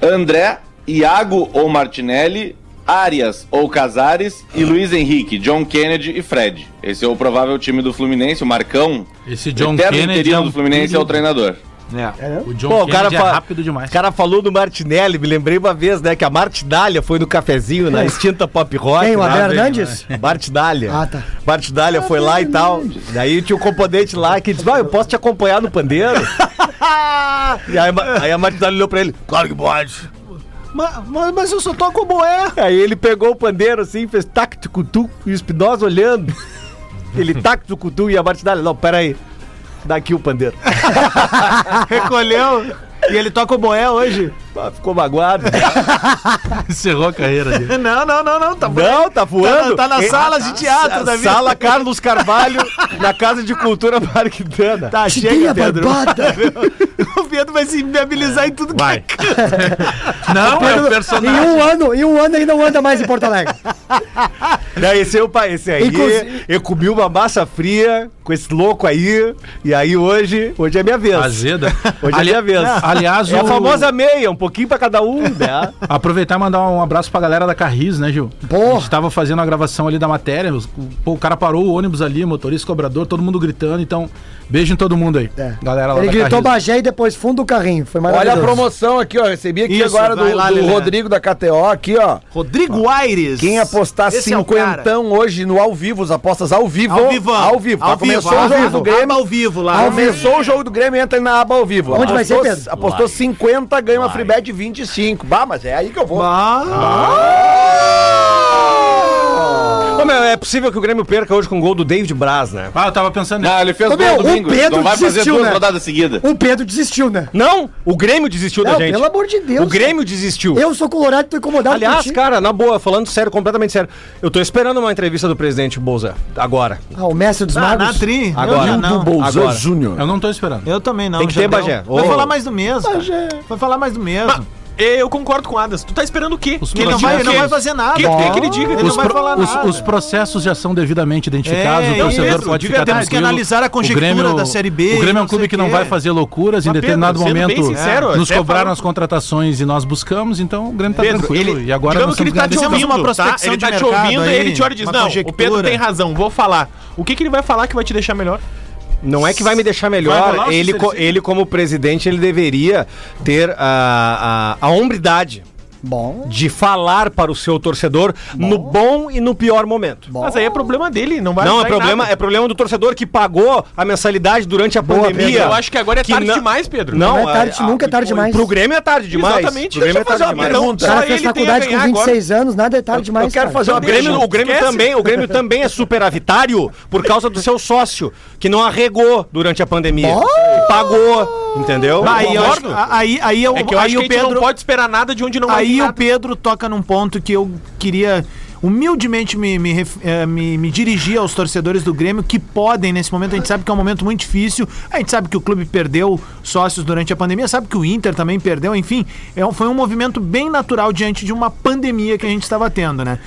[SPEAKER 8] Marlon.
[SPEAKER 7] André, Iago ou Martinelli, Arias ou Casares e Luiz Henrique, John Kennedy e Fred. Esse é o provável time do Fluminense, o Marcão.
[SPEAKER 3] Esse John
[SPEAKER 7] o eterno
[SPEAKER 3] Kennedy. um-
[SPEAKER 7] interino do Fluminense é o treinador.
[SPEAKER 3] O John
[SPEAKER 4] Pô, o cara,
[SPEAKER 3] Kennedy
[SPEAKER 4] fa-
[SPEAKER 3] é rápido demais.
[SPEAKER 4] o cara falou do Martinelli, me lembrei uma vez, né, que a Martinália foi no cafezinho, na extinta pop rock.
[SPEAKER 6] Quem, o
[SPEAKER 4] lá,
[SPEAKER 6] Abel
[SPEAKER 4] velho.
[SPEAKER 6] Hernandes?
[SPEAKER 4] Martinália.
[SPEAKER 6] Ah, tá.
[SPEAKER 4] Martinália foi lá e tal. Daí tinha um componente lá que disse: ah, eu posso te acompanhar no pandeiro? e aí, ma- aí a Martinália olhou pra ele: claro que pode.
[SPEAKER 2] Mas, mas eu só toco o boé.
[SPEAKER 4] Aí ele pegou o pandeiro assim, fez tac-tucutu e o Espinosa olhando. Ele tá tac-tucutu e a Martinália: não, peraí. Daqui o pandeiro.
[SPEAKER 2] <laughs> Recolheu. E ele toca o boé hoje?
[SPEAKER 4] Ah, Ficou magoado.
[SPEAKER 3] <laughs> Encerrou a carreira
[SPEAKER 2] <laughs>
[SPEAKER 3] dele.
[SPEAKER 2] Não, não, não, não. Tá bom.
[SPEAKER 4] Não, tá voando.
[SPEAKER 2] Tá na- tá nas salas de teatro,
[SPEAKER 4] sa-
[SPEAKER 2] Davi.
[SPEAKER 4] Sala Carlos Carvalho, na Casa de Cultura Marquitana.
[SPEAKER 2] Tá,
[SPEAKER 6] Te dei
[SPEAKER 2] chega,
[SPEAKER 6] a
[SPEAKER 2] Pedro.
[SPEAKER 6] barbada!
[SPEAKER 2] O Pedro vai se inviabilizar em tudo que
[SPEAKER 6] é
[SPEAKER 8] Vai.
[SPEAKER 3] Não, é o
[SPEAKER 6] Em
[SPEAKER 3] personagem.
[SPEAKER 6] um ano, em um ano ele não anda mais em Porto Alegre.
[SPEAKER 4] Não, esse é o pai, esse aí.
[SPEAKER 6] Inclusive-
[SPEAKER 4] Eu comi uma massa fria com esse louco aí. E aí hoje, hoje é minha vez.
[SPEAKER 3] Azeda.
[SPEAKER 4] Hoje é minha vez.
[SPEAKER 3] aliás,
[SPEAKER 4] é a
[SPEAKER 3] o-
[SPEAKER 4] famosa meia, um pouquinho pra cada um, né?
[SPEAKER 3] Aproveitar e mandar um abraço pra galera da Carris, né, Gil?
[SPEAKER 6] Porra.
[SPEAKER 3] A gente tava fazendo a gravação ali da matéria. os- o- pô, o cara parou o ônibus ali, motorista, cobrador, todo mundo gritando. Então, beijo em todo mundo aí.
[SPEAKER 6] É.
[SPEAKER 3] Galera lá
[SPEAKER 6] Ele
[SPEAKER 3] da
[SPEAKER 6] gritou
[SPEAKER 3] Carris.
[SPEAKER 6] Bagé e depois fundo do carrinho. Foi
[SPEAKER 5] Olha a
[SPEAKER 6] maravilhoso.
[SPEAKER 5] promoção aqui, ó. Recebi aqui
[SPEAKER 2] Isso,
[SPEAKER 5] agora
[SPEAKER 2] vai
[SPEAKER 5] do,
[SPEAKER 2] lá,
[SPEAKER 5] do
[SPEAKER 2] Lelé.
[SPEAKER 5] Rodrigo da KTO, aqui, ó.
[SPEAKER 2] Rodrigo Aires.
[SPEAKER 5] Quem apostar
[SPEAKER 2] Esse é o cara.
[SPEAKER 5] cinquentão hoje no ao vivo, as apostas ao vivo.
[SPEAKER 2] Ao vivo.
[SPEAKER 5] Ao vivo.
[SPEAKER 2] Ao
[SPEAKER 5] Tá,
[SPEAKER 2] vivo.
[SPEAKER 5] Começou o jogo do Grêmio.
[SPEAKER 2] Aba ao vivo lá.
[SPEAKER 5] Começou o jogo do Grêmio, entra aí na aba ao vivo.
[SPEAKER 6] Onde vai ser,
[SPEAKER 5] Apostou-
[SPEAKER 6] Pedro?
[SPEAKER 5] Apostou 50, ganha uma free bet de 25. Bah, mas é aí que eu vou.
[SPEAKER 4] Ô, meu, é possível que o Grêmio perca hoje com o gol do David Braz, né?
[SPEAKER 3] Ah, eu tava pensando nisso.
[SPEAKER 7] Não, ele fez
[SPEAKER 6] Ô,
[SPEAKER 7] gol
[SPEAKER 6] meu, o
[SPEAKER 7] domingo.
[SPEAKER 6] Pedro
[SPEAKER 7] Não vai fazer
[SPEAKER 6] desistiu,
[SPEAKER 7] duas
[SPEAKER 6] né?
[SPEAKER 7] rodadas seguidas.
[SPEAKER 6] O Pedro desistiu, né?
[SPEAKER 4] Não, o Grêmio desistiu
[SPEAKER 6] Não,
[SPEAKER 4] da gente.
[SPEAKER 6] pelo amor de Deus.
[SPEAKER 4] O Grêmio desistiu.
[SPEAKER 6] Eu sou colorado e tô incomodado
[SPEAKER 4] Aliás,
[SPEAKER 6] por ti.
[SPEAKER 4] cara, na boa, falando sério, completamente sério, eu tô esperando uma entrevista do presidente Bolsa agora.
[SPEAKER 6] Ah, o mestre dos
[SPEAKER 2] Na, na
[SPEAKER 6] magos.
[SPEAKER 2] tri.
[SPEAKER 4] Agora.
[SPEAKER 2] Eu, já não.
[SPEAKER 4] Agora.
[SPEAKER 5] Júnior.
[SPEAKER 3] Eu não tô esperando.
[SPEAKER 2] eu também não.
[SPEAKER 4] Tem que
[SPEAKER 2] já
[SPEAKER 4] ter,
[SPEAKER 2] deu.
[SPEAKER 4] Bagé.
[SPEAKER 2] Vai
[SPEAKER 4] Ô.
[SPEAKER 2] falar mais do mesmo. cara.
[SPEAKER 6] é
[SPEAKER 2] Vai falar mais do mesmo.
[SPEAKER 8] Eu concordo com o Adas. Tu tá esperando o quê?
[SPEAKER 3] Os
[SPEAKER 8] ele não
[SPEAKER 3] pilotos-
[SPEAKER 8] vai, ele
[SPEAKER 3] o
[SPEAKER 8] não
[SPEAKER 3] quê?
[SPEAKER 8] vai fazer nada.
[SPEAKER 2] O que tu quer que ele
[SPEAKER 8] diga?
[SPEAKER 2] diga?
[SPEAKER 3] Os,
[SPEAKER 2] vai
[SPEAKER 3] pro-
[SPEAKER 2] falar
[SPEAKER 3] os-
[SPEAKER 2] nada.
[SPEAKER 3] os processos já são devidamente identificados,
[SPEAKER 2] É,
[SPEAKER 3] o torcedor
[SPEAKER 8] isso,
[SPEAKER 3] pode
[SPEAKER 8] diga,
[SPEAKER 3] ficar
[SPEAKER 8] temos
[SPEAKER 2] que
[SPEAKER 3] tranquilo.
[SPEAKER 2] analisar a
[SPEAKER 3] O
[SPEAKER 2] conjectura da Série B,
[SPEAKER 3] O Grêmio é
[SPEAKER 2] não
[SPEAKER 3] um clube
[SPEAKER 2] sei
[SPEAKER 3] que
[SPEAKER 2] o
[SPEAKER 3] não
[SPEAKER 2] quê.
[SPEAKER 3] vai fazer loucuras, em
[SPEAKER 8] Mas, Pedro,
[SPEAKER 3] determinado
[SPEAKER 8] sendo bem
[SPEAKER 3] momento
[SPEAKER 8] sincero,
[SPEAKER 3] nos
[SPEAKER 8] até
[SPEAKER 3] cobraram
[SPEAKER 8] falando-
[SPEAKER 3] as contratações e nós buscamos, então o Grêmio tá tranquilo. e agora
[SPEAKER 8] digamos
[SPEAKER 3] nós
[SPEAKER 8] que ele
[SPEAKER 3] temos
[SPEAKER 8] tá
[SPEAKER 3] que
[SPEAKER 8] te
[SPEAKER 3] ganhar
[SPEAKER 2] decisão.
[SPEAKER 8] ouvindo,
[SPEAKER 2] Uma
[SPEAKER 8] tá?
[SPEAKER 2] prospecção
[SPEAKER 8] Ele tá
[SPEAKER 2] de
[SPEAKER 8] te
[SPEAKER 2] mercado
[SPEAKER 8] ouvindo
[SPEAKER 2] aí,
[SPEAKER 8] e ele te olha e diz,
[SPEAKER 2] uma
[SPEAKER 8] não, o
[SPEAKER 2] conjectura."
[SPEAKER 8] Pedro tem razão, vou falar. O que que ele vai falar que vai te deixar melhor?
[SPEAKER 4] Não é que vai me deixar
[SPEAKER 3] Vai
[SPEAKER 4] melhor.
[SPEAKER 3] rolar o
[SPEAKER 4] ele, co-
[SPEAKER 3] sincericídio?
[SPEAKER 4] ele, como presidente, ele deveria ter a, a, a hombridade
[SPEAKER 6] Bom,
[SPEAKER 4] de falar para o seu torcedor no bom e no pior momento.
[SPEAKER 6] bom.
[SPEAKER 8] Mas aí é problema dele, não vai
[SPEAKER 4] Não, é
[SPEAKER 8] ajudar em
[SPEAKER 4] problema,
[SPEAKER 8] nada.
[SPEAKER 4] é problema do torcedor que pagou a mensalidade durante a pandemia.
[SPEAKER 8] Pedro. Eu acho que agora é tarde
[SPEAKER 4] não-
[SPEAKER 8] demais, Pedro.
[SPEAKER 4] Não,
[SPEAKER 6] Não é tarde, nunca é tarde demais.
[SPEAKER 4] Pro Grêmio é tarde demais.
[SPEAKER 8] Exatamente.
[SPEAKER 4] Pro Grêmio é
[SPEAKER 8] Deixa eu
[SPEAKER 4] tarde
[SPEAKER 8] fazer uma
[SPEAKER 4] demais.
[SPEAKER 6] o cara fez
[SPEAKER 8] Só ele tem a
[SPEAKER 6] faculdade com
[SPEAKER 8] ganhar agora.
[SPEAKER 6] 26 anos, nada é tarde demais.
[SPEAKER 5] Eu quero
[SPEAKER 6] cara.
[SPEAKER 5] fazer uma
[SPEAKER 4] O Grêmio, o Grêmio
[SPEAKER 8] Esquece.
[SPEAKER 4] também, o Grêmio também é superavitário por causa do seu sócio, que não arregou durante a pandemia. Pagou, entendeu?
[SPEAKER 2] Bah, aí, eu acho-
[SPEAKER 8] Concordo.
[SPEAKER 2] a- aí, aí, eu,
[SPEAKER 8] É que eu
[SPEAKER 2] aí
[SPEAKER 8] acho
[SPEAKER 2] o
[SPEAKER 8] que a gente
[SPEAKER 2] Pedro,
[SPEAKER 8] não pode esperar nada de onde não vai vir
[SPEAKER 2] aí o
[SPEAKER 8] nada.
[SPEAKER 2] Pedro toca num ponto que eu queria humildemente me, me, ref- eh, me- me dirigir aos torcedores do Grêmio que podem nesse momento, a gente sabe que é um momento muito difícil, a gente sabe que o clube perdeu sócios durante a pandemia, sabe que o Inter também perdeu, enfim, é um- foi um movimento bem natural diante de uma pandemia que a gente estava tendo, né?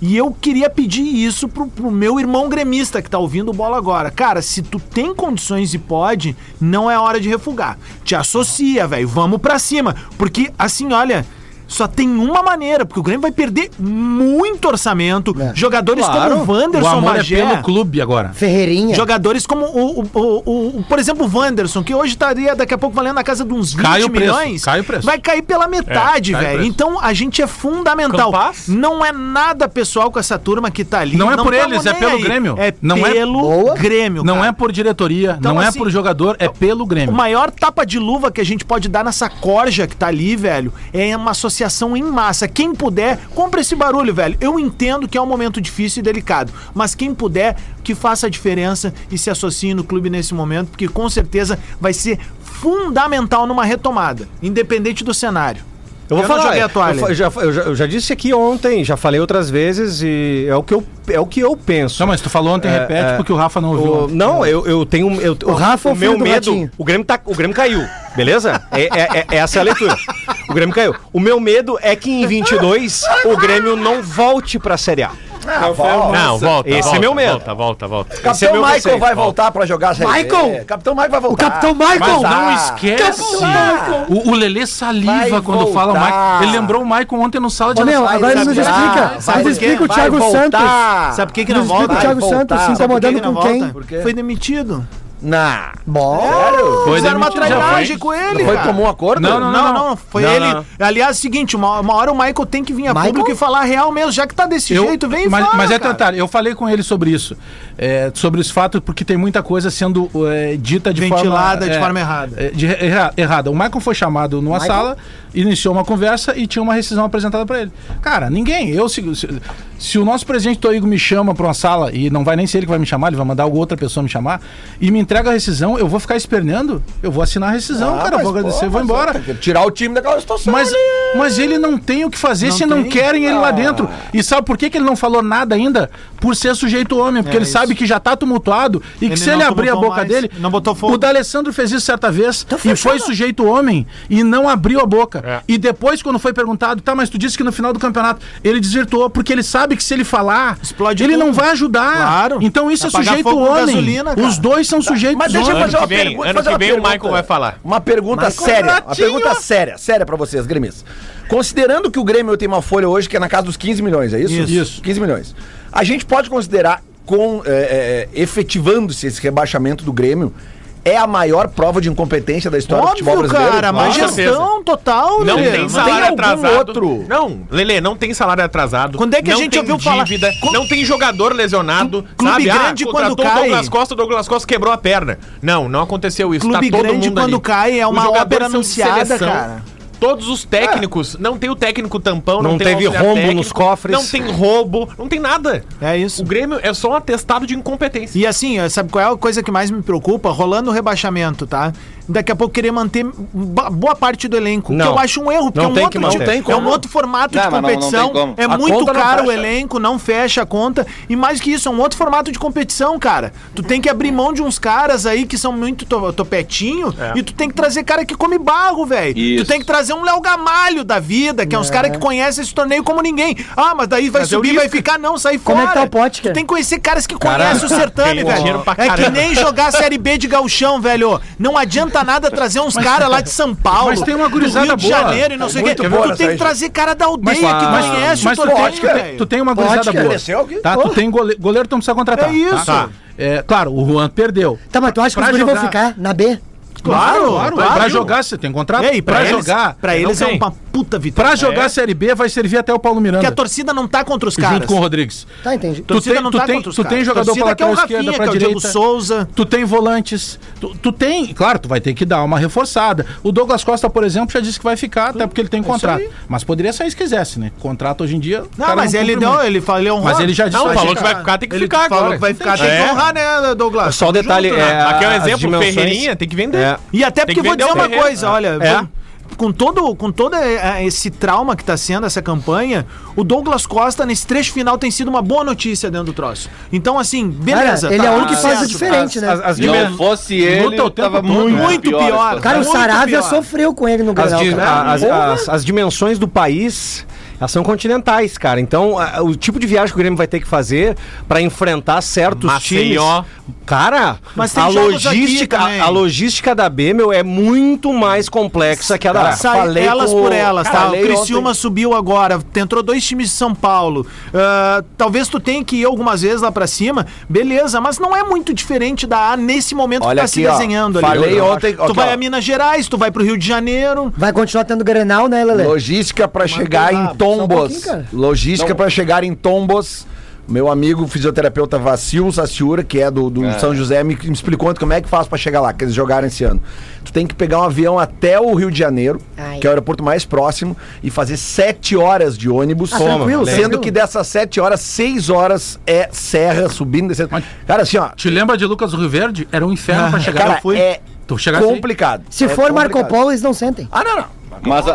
[SPEAKER 2] E eu queria pedir isso pro, pro meu irmão gremista que tá ouvindo o bola agora. Cara, se tu tem condições e pode, não é hora de refugar. Te associa, velho. Vamos pra cima. Porque, assim, olha, só tem uma maneira, porque o Grêmio vai perder muito orçamento. Jogadores
[SPEAKER 4] Claro.
[SPEAKER 2] como o
[SPEAKER 3] O
[SPEAKER 2] Wanderson
[SPEAKER 3] amor
[SPEAKER 2] Magé.
[SPEAKER 3] é pelo clube agora.
[SPEAKER 6] Ferreirinha.
[SPEAKER 2] Jogadores como o, o- o- o- o- por exemplo, o Wanderson, que hoje estaria daqui a pouco valendo na casa de uns 20
[SPEAKER 3] Cai o preço,
[SPEAKER 2] milhões.
[SPEAKER 3] cai o preço.
[SPEAKER 2] Vai cair pela metade,
[SPEAKER 3] É, cai o
[SPEAKER 2] velho.
[SPEAKER 3] preço.
[SPEAKER 2] Então a gente é fundamental.
[SPEAKER 8] Campas?
[SPEAKER 2] Não é nada pessoal com essa turma que tá ali.
[SPEAKER 3] Não é por
[SPEAKER 2] tamo
[SPEAKER 3] eles, é
[SPEAKER 2] nem
[SPEAKER 3] pelo Grêmio.
[SPEAKER 2] É
[SPEAKER 3] Não é-
[SPEAKER 2] pelo
[SPEAKER 6] Boa.
[SPEAKER 2] Grêmio.
[SPEAKER 3] Não
[SPEAKER 2] cara.
[SPEAKER 3] é por diretoria,
[SPEAKER 2] Então,
[SPEAKER 3] não
[SPEAKER 2] assim,
[SPEAKER 3] é por jogador, é pelo Grêmio.
[SPEAKER 2] O maior tapa de luva que a gente pode dar nessa corja que tá ali, velho, é uma associação em massa. Quem puder, compra esse barulho, velho. Eu entendo que é um momento difícil e delicado, mas quem puder, que faça a diferença e se associe no clube nesse momento, porque com certeza vai ser fundamental numa retomada, independente do cenário.
[SPEAKER 4] Eu vou
[SPEAKER 2] Eu não
[SPEAKER 4] falar,
[SPEAKER 2] joguei a
[SPEAKER 4] eu
[SPEAKER 2] toalha.
[SPEAKER 4] fa- já- eu já- eu já disse aqui ontem, já falei outras vezes e é o que eu, é o que eu penso.
[SPEAKER 3] Não, mas tu falou ontem, repete, porque o Rafa não ouviu.
[SPEAKER 4] O-
[SPEAKER 3] ontem.
[SPEAKER 4] não, eu, eu tenho. Eu, o
[SPEAKER 6] Rafa é o
[SPEAKER 4] meu
[SPEAKER 6] filho do
[SPEAKER 4] medo.
[SPEAKER 6] Ratinho.
[SPEAKER 4] O Grêmio, tá, o Grêmio caiu, beleza? É, é- é- essa é a leitura. O Grêmio caiu. O meu medo é que em 22 o Grêmio não volte pra Série A.
[SPEAKER 5] Ah, volta.
[SPEAKER 8] Não, volta.
[SPEAKER 4] Esse é
[SPEAKER 8] volta,
[SPEAKER 4] meu medo.
[SPEAKER 8] Volta, volta, volta.
[SPEAKER 4] Esse é
[SPEAKER 5] Capitão
[SPEAKER 4] meu
[SPEAKER 5] Michael
[SPEAKER 4] receio.
[SPEAKER 5] vai voltar pra jogar a Série B.
[SPEAKER 6] Michael?
[SPEAKER 5] Capitão Michael Então vai voltar.
[SPEAKER 6] O Capitão Michael!
[SPEAKER 3] Mas não
[SPEAKER 5] Ah,
[SPEAKER 3] esquece. O, o Lelê saliva
[SPEAKER 5] Vai
[SPEAKER 3] quando fala
[SPEAKER 5] voltar.
[SPEAKER 3] Maicon. Ele lembrou o Maicon ontem no sala de
[SPEAKER 6] Ô, Léo,
[SPEAKER 3] relações.
[SPEAKER 6] agora ele nos
[SPEAKER 5] sabe-
[SPEAKER 6] explica.
[SPEAKER 2] sabe
[SPEAKER 6] Ele
[SPEAKER 2] por quê?
[SPEAKER 6] explica o
[SPEAKER 5] Vai
[SPEAKER 6] Thiago Santos.
[SPEAKER 4] Ah,
[SPEAKER 5] voltar.
[SPEAKER 2] Ah, Sabe por que, que
[SPEAKER 6] Ele
[SPEAKER 2] não
[SPEAKER 6] explica
[SPEAKER 2] volta?
[SPEAKER 6] o Thiago
[SPEAKER 5] Vai
[SPEAKER 6] Santos se
[SPEAKER 5] voltar.
[SPEAKER 2] Sabe por que que não
[SPEAKER 6] incomodando com
[SPEAKER 2] volta?
[SPEAKER 6] quem?
[SPEAKER 2] Porque Foi demitido.
[SPEAKER 5] Não.
[SPEAKER 2] Sério? Fizeram uma
[SPEAKER 3] demitido, já
[SPEAKER 2] trairagem com ele,
[SPEAKER 5] Foi
[SPEAKER 2] cara.
[SPEAKER 5] comum acordo?
[SPEAKER 3] Não,
[SPEAKER 2] Não, não, foi ele. Aliás, é seguinte, uma, uma hora o Michael tem que vir a
[SPEAKER 6] Michael?
[SPEAKER 2] público e falar a real mesmo, já que tá desse
[SPEAKER 3] Eu-
[SPEAKER 2] jeito, vem e
[SPEAKER 3] mas,
[SPEAKER 2] fala,
[SPEAKER 3] mas é
[SPEAKER 2] cara.
[SPEAKER 3] tentar. Eu falei com ele sobre isso. é, sobre os fatos, porque tem muita coisa sendo é, dita de
[SPEAKER 2] Ventilada
[SPEAKER 3] forma...
[SPEAKER 2] de
[SPEAKER 3] é,
[SPEAKER 2] forma errada.
[SPEAKER 3] é, de- erra- errada. O Michael foi chamado numa sala, iniciou uma conversa e tinha uma rescisão apresentada pra ele. Cara, ninguém. Eu se, se- se o nosso presidente Toigo me chama pra uma sala e não vai nem ser ele que vai me chamar, ele vai mandar outra pessoa me chamar e me entrega a rescisão, eu vou ficar espernando, eu vou assinar a rescisão,
[SPEAKER 5] Ah,
[SPEAKER 3] cara, eu
[SPEAKER 5] mas,
[SPEAKER 3] vou
[SPEAKER 5] pô,
[SPEAKER 3] agradecer, eu vou
[SPEAKER 5] mas,
[SPEAKER 3] embora.
[SPEAKER 5] tem que Tirar o time daquela situação.
[SPEAKER 3] Mas,
[SPEAKER 5] ali.
[SPEAKER 3] mas ele não tem o que fazer se não
[SPEAKER 2] é tem. Ah.
[SPEAKER 3] querem ele lá dentro. E sabe por que, que ele não falou nada ainda? Por ser sujeito homem, porque
[SPEAKER 2] É
[SPEAKER 3] ele
[SPEAKER 2] isso.
[SPEAKER 3] sabe que já tá tumultuado e
[SPEAKER 2] Ele
[SPEAKER 3] que se
[SPEAKER 2] não
[SPEAKER 3] ele abrir a
[SPEAKER 2] tumultuou
[SPEAKER 3] boca
[SPEAKER 2] mais,
[SPEAKER 3] dele.
[SPEAKER 2] não botou fogo. Então
[SPEAKER 3] O D'Alessandro fez isso certa vez e
[SPEAKER 2] fechando.
[SPEAKER 3] foi sujeito homem e não abriu a boca.
[SPEAKER 8] É.
[SPEAKER 3] E depois, quando foi perguntado, tá, mas tu disse que no final do campeonato ele desvirtuou, porque ele sabe que se ele falar,
[SPEAKER 2] Explode
[SPEAKER 3] ele
[SPEAKER 2] tudo.
[SPEAKER 3] não vai ajudar.
[SPEAKER 2] Claro.
[SPEAKER 3] Então isso é
[SPEAKER 2] Apagar
[SPEAKER 3] sujeito
[SPEAKER 2] fogo com
[SPEAKER 3] homem.
[SPEAKER 2] gasolina, cara. Tá.
[SPEAKER 3] Os dois são sujeitos
[SPEAKER 5] Mas deixa eu
[SPEAKER 3] homens.
[SPEAKER 5] fazer
[SPEAKER 8] Ano
[SPEAKER 5] uma
[SPEAKER 8] que vem,
[SPEAKER 5] pergunta.
[SPEAKER 8] ano
[SPEAKER 5] fazer
[SPEAKER 8] que
[SPEAKER 5] uma
[SPEAKER 8] vem o
[SPEAKER 5] pergunta.
[SPEAKER 8] Michael vai falar.
[SPEAKER 5] Uma pergunta
[SPEAKER 2] é
[SPEAKER 5] séria. Uma pergunta séria, séria pra vocês, gremistas. Considerando que o Grêmio tem uma folha hoje que é na casa dos 15 milhões, é isso?
[SPEAKER 2] Isso.
[SPEAKER 3] Isso.
[SPEAKER 5] 15 milhões. A gente pode considerar, com é, é, efetivando-se esse rebaixamento do Grêmio, é a maior prova de incompetência da história do futebol
[SPEAKER 2] Óbvio,
[SPEAKER 5] brasileiro?
[SPEAKER 2] cara,
[SPEAKER 8] Com
[SPEAKER 2] mas
[SPEAKER 8] certeza.
[SPEAKER 2] gestão total, né?
[SPEAKER 8] Não
[SPEAKER 2] Lelê,
[SPEAKER 8] tem
[SPEAKER 2] mas-
[SPEAKER 8] salário
[SPEAKER 5] algum
[SPEAKER 8] atrasado.
[SPEAKER 5] outro?
[SPEAKER 8] Não, Lelê, não tem salário atrasado.
[SPEAKER 2] Quando é que a
[SPEAKER 8] não
[SPEAKER 2] gente
[SPEAKER 8] tem
[SPEAKER 2] ouviu falar-
[SPEAKER 8] dívida,
[SPEAKER 2] Co-
[SPEAKER 8] Não tem jogador lesionado.
[SPEAKER 2] Clube
[SPEAKER 8] sabe? Ah,
[SPEAKER 2] grande quando
[SPEAKER 8] contratou o Douglas
[SPEAKER 2] cai.
[SPEAKER 8] Costa, o Douglas Costa quebrou a perna. Não, não aconteceu isso.
[SPEAKER 2] Clube
[SPEAKER 8] tá todo
[SPEAKER 2] grande
[SPEAKER 8] mundo
[SPEAKER 2] quando
[SPEAKER 8] ali.
[SPEAKER 2] cai é
[SPEAKER 8] Os
[SPEAKER 2] uma
[SPEAKER 8] jogadores
[SPEAKER 2] ópera
[SPEAKER 8] são de
[SPEAKER 2] anunciada,
[SPEAKER 8] seleção.
[SPEAKER 2] cara. É.
[SPEAKER 8] Todos os técnicos, não tem o técnico tampão,
[SPEAKER 4] Não
[SPEAKER 8] tem o
[SPEAKER 4] teve
[SPEAKER 8] auxiliar
[SPEAKER 4] rombo nos cofres.
[SPEAKER 8] Não tem roubo, não tem nada.
[SPEAKER 2] É isso.
[SPEAKER 8] O Grêmio é só um atestado de incompetência.
[SPEAKER 2] E assim, eh, sabe qual é a coisa que mais me preocupa? Rolando o rebaixamento, tá? Daqui a pouco querer manter ba- boa parte do elenco.
[SPEAKER 4] Não.
[SPEAKER 2] Que eu acho um erro, porque
[SPEAKER 4] Não
[SPEAKER 2] é um
[SPEAKER 4] tem que
[SPEAKER 2] outro
[SPEAKER 4] manter.
[SPEAKER 2] tipo-
[SPEAKER 4] Não
[SPEAKER 5] tem
[SPEAKER 2] é
[SPEAKER 5] como.
[SPEAKER 2] um outro formato de
[SPEAKER 7] Não, mas não- não
[SPEAKER 2] competição.
[SPEAKER 7] tem como.
[SPEAKER 2] é
[SPEAKER 5] A
[SPEAKER 2] muito
[SPEAKER 5] conta não
[SPEAKER 2] caro o
[SPEAKER 5] fecha.
[SPEAKER 2] elenco, não fecha a conta. E mais que isso, é um outro formato de competição, cara. Tu tem que abrir mão de uns caras aí que são muito to- topetinho e tu tem que trazer cara que come barro, velho.
[SPEAKER 7] Isso.
[SPEAKER 2] Tu tem que trazer um Léo Gamalho da vida, que é uns caras que conhecem esse torneio como ninguém. Ah, mas daí vai
[SPEAKER 8] Trazer o
[SPEAKER 2] subir, vai
[SPEAKER 8] Lisca.
[SPEAKER 2] ficar, não, sair fora.
[SPEAKER 6] Como é que tá o pote,
[SPEAKER 2] Tu
[SPEAKER 6] cara?
[SPEAKER 2] tem que conhecer caras que conhecem o
[SPEAKER 8] tem
[SPEAKER 2] certame,
[SPEAKER 8] dinheiro
[SPEAKER 2] velho.
[SPEAKER 8] pra
[SPEAKER 2] É que
[SPEAKER 8] caramba.
[SPEAKER 2] nem jogar a Série B de gauchão, velho. Não adianta nada trazer uns caras lá de São Paulo,
[SPEAKER 3] mas tem uma gurizada
[SPEAKER 2] do Rio de
[SPEAKER 3] boa.
[SPEAKER 2] Janeiro e não sei o quê.
[SPEAKER 5] Muito boa
[SPEAKER 2] Tu tem que
[SPEAKER 5] essa
[SPEAKER 2] trazer cara da aldeia
[SPEAKER 3] Mas,
[SPEAKER 2] é que
[SPEAKER 3] mas,
[SPEAKER 2] conhece
[SPEAKER 3] mas
[SPEAKER 2] o
[SPEAKER 3] tu, tem, tu,
[SPEAKER 2] torneio,
[SPEAKER 3] tem, tu
[SPEAKER 2] velho.
[SPEAKER 3] tem uma gurizada
[SPEAKER 5] Ótica. Cresceu
[SPEAKER 3] boa.
[SPEAKER 5] aqui.
[SPEAKER 3] Tá? Tu
[SPEAKER 5] Oh.
[SPEAKER 3] tem goleiro, goleiro tu não precisa contratar.
[SPEAKER 2] É isso.
[SPEAKER 3] Tá? É, claro, o Juan perdeu.
[SPEAKER 6] Tá, mas tu acha que os
[SPEAKER 3] Pra
[SPEAKER 6] guri vão
[SPEAKER 3] jogar.
[SPEAKER 6] ficar na B?
[SPEAKER 3] Claro,
[SPEAKER 2] claro,
[SPEAKER 3] claro. Pra
[SPEAKER 2] claro.
[SPEAKER 3] jogar, você tem contrato.
[SPEAKER 2] E aí, pra, eles,
[SPEAKER 3] jogar.
[SPEAKER 2] pra É.
[SPEAKER 3] não
[SPEAKER 2] eles é
[SPEAKER 3] tem.
[SPEAKER 2] uma puta vitória.
[SPEAKER 3] Pra jogar a Série B vai servir até o Paulo Miranda.
[SPEAKER 2] Porque a torcida não tá contra os caras.
[SPEAKER 3] junto com o Rodrigues.
[SPEAKER 6] Tá, entendi.
[SPEAKER 3] Tu tem, tu tem, tu tem jogador pra
[SPEAKER 2] torcida que é o
[SPEAKER 3] lateral
[SPEAKER 2] Rafinha,
[SPEAKER 3] esquerda,
[SPEAKER 2] que
[SPEAKER 3] pra
[SPEAKER 2] é o Diego
[SPEAKER 3] direita.
[SPEAKER 2] Souza.
[SPEAKER 3] Tu tem volantes, tu, tu tem, claro, tu vai ter que dar uma reforçada. O Douglas Costa, por exemplo, já disse que vai ficar, até porque ele tem contrato. Mas poderia sair se quisesse, né? Contrato hoje em dia. o
[SPEAKER 2] é Não,
[SPEAKER 3] cara
[SPEAKER 2] mas ele
[SPEAKER 3] cumpre
[SPEAKER 2] não,
[SPEAKER 3] muito.
[SPEAKER 2] ele falou, ele honrou.
[SPEAKER 3] Mas ele já disse
[SPEAKER 8] Não,
[SPEAKER 3] vai
[SPEAKER 8] falou que
[SPEAKER 3] ficar.
[SPEAKER 8] vai ficar, tem que
[SPEAKER 2] Ele
[SPEAKER 8] ficar agora.
[SPEAKER 2] falou que vai ficar, né, tem
[SPEAKER 8] É.
[SPEAKER 2] que honrar, né, Douglas?
[SPEAKER 4] Só o detalhe,
[SPEAKER 2] Junto, né?
[SPEAKER 4] é,
[SPEAKER 8] Aqui é um
[SPEAKER 4] as
[SPEAKER 8] exemplo,
[SPEAKER 4] dimensões-
[SPEAKER 8] Ferreirinha tem que vender.
[SPEAKER 4] É.
[SPEAKER 2] E até
[SPEAKER 8] Tem
[SPEAKER 2] porque
[SPEAKER 8] que
[SPEAKER 2] vou
[SPEAKER 8] vender
[SPEAKER 2] dizer
[SPEAKER 8] o
[SPEAKER 2] uma
[SPEAKER 8] terreno.
[SPEAKER 2] coisa, olha,
[SPEAKER 4] É.
[SPEAKER 2] vamos- com todo com todo eh, esse trauma que tá sendo essa campanha, o Douglas Costa nesse trecho final tem sido uma boa notícia dentro do troço. Então assim, beleza.
[SPEAKER 6] Cara, ele
[SPEAKER 2] tá
[SPEAKER 6] é o único que faz o
[SPEAKER 2] certo.
[SPEAKER 6] diferente, né?
[SPEAKER 3] As- as- as
[SPEAKER 7] Se não
[SPEAKER 3] dimen-
[SPEAKER 7] fosse
[SPEAKER 3] Luta o
[SPEAKER 7] ele,
[SPEAKER 3] tempo
[SPEAKER 7] tava
[SPEAKER 3] todo,
[SPEAKER 7] muito,
[SPEAKER 2] né? Muito
[SPEAKER 7] pior.
[SPEAKER 2] pior,
[SPEAKER 7] a situação.
[SPEAKER 6] Cara, o
[SPEAKER 2] muito
[SPEAKER 6] Saravia
[SPEAKER 2] pior.
[SPEAKER 6] sofreu com ele no
[SPEAKER 4] As,
[SPEAKER 6] Grenal,
[SPEAKER 4] di-
[SPEAKER 6] cara.
[SPEAKER 4] a- as- as- as dimensões do país elas são continentais, cara. Então, a- o tipo de viagem que o Grêmio vai ter que fazer pra enfrentar certos
[SPEAKER 8] Maceió.
[SPEAKER 4] times. Cara,
[SPEAKER 2] Mas tem
[SPEAKER 4] a
[SPEAKER 2] jogos aqui
[SPEAKER 4] logística,
[SPEAKER 2] também.
[SPEAKER 4] a, a logística da B, meu, é muito mais complexa que a da
[SPEAKER 2] Cara, sai elas
[SPEAKER 4] com o-
[SPEAKER 2] por elas, tá? O
[SPEAKER 4] falei
[SPEAKER 2] Criciúma
[SPEAKER 4] ontem.
[SPEAKER 2] subiu agora, entrou dois times de São Paulo. Ah, talvez tu tenha que ir algumas vezes lá pra cima, beleza, mas não é muito diferente da A nesse momento
[SPEAKER 5] Olha
[SPEAKER 2] que tá se
[SPEAKER 5] aqui, ó.
[SPEAKER 2] desenhando
[SPEAKER 5] Falei
[SPEAKER 2] ali.
[SPEAKER 5] ontem-
[SPEAKER 2] Tu
[SPEAKER 5] aqui,
[SPEAKER 2] vai
[SPEAKER 5] ó.
[SPEAKER 2] a Minas Gerais, tu vai pro Rio de Janeiro.
[SPEAKER 6] Vai continuar tendo Grenal, né, Lelê?
[SPEAKER 5] Logística pra
[SPEAKER 6] lá,
[SPEAKER 5] chegar em
[SPEAKER 6] só um pouquinho,
[SPEAKER 5] tombos.
[SPEAKER 6] cara.
[SPEAKER 5] Logística
[SPEAKER 7] Não.
[SPEAKER 5] pra chegar em tombos. Meu amigo fisioterapeuta Vacil Saciura, que é do, do São José, me, me explicou como é que faz pra chegar lá, que eles jogaram esse ano. Tu tem que pegar um avião até o Rio de Janeiro,
[SPEAKER 6] Ai.
[SPEAKER 5] que é o aeroporto mais próximo, e fazer sete horas de ônibus.
[SPEAKER 6] Ah, tranquilo,
[SPEAKER 5] sendo
[SPEAKER 6] tranquilo.
[SPEAKER 5] que dessas sete horas, seis horas é serra subindo, descendo. Cara, assim, ó.
[SPEAKER 3] Te lembra de Lucas do Rio Verde? Era um
[SPEAKER 2] Ah,
[SPEAKER 3] inferno pra chegar.
[SPEAKER 5] Cara,
[SPEAKER 3] Eu fui.
[SPEAKER 5] é
[SPEAKER 3] Tu chegasse aí?
[SPEAKER 5] complicado.
[SPEAKER 6] Se
[SPEAKER 5] É
[SPEAKER 6] for Marco
[SPEAKER 5] complicado.
[SPEAKER 6] Polo, eles não sentem.
[SPEAKER 5] Ah, não, não.
[SPEAKER 7] Mas a,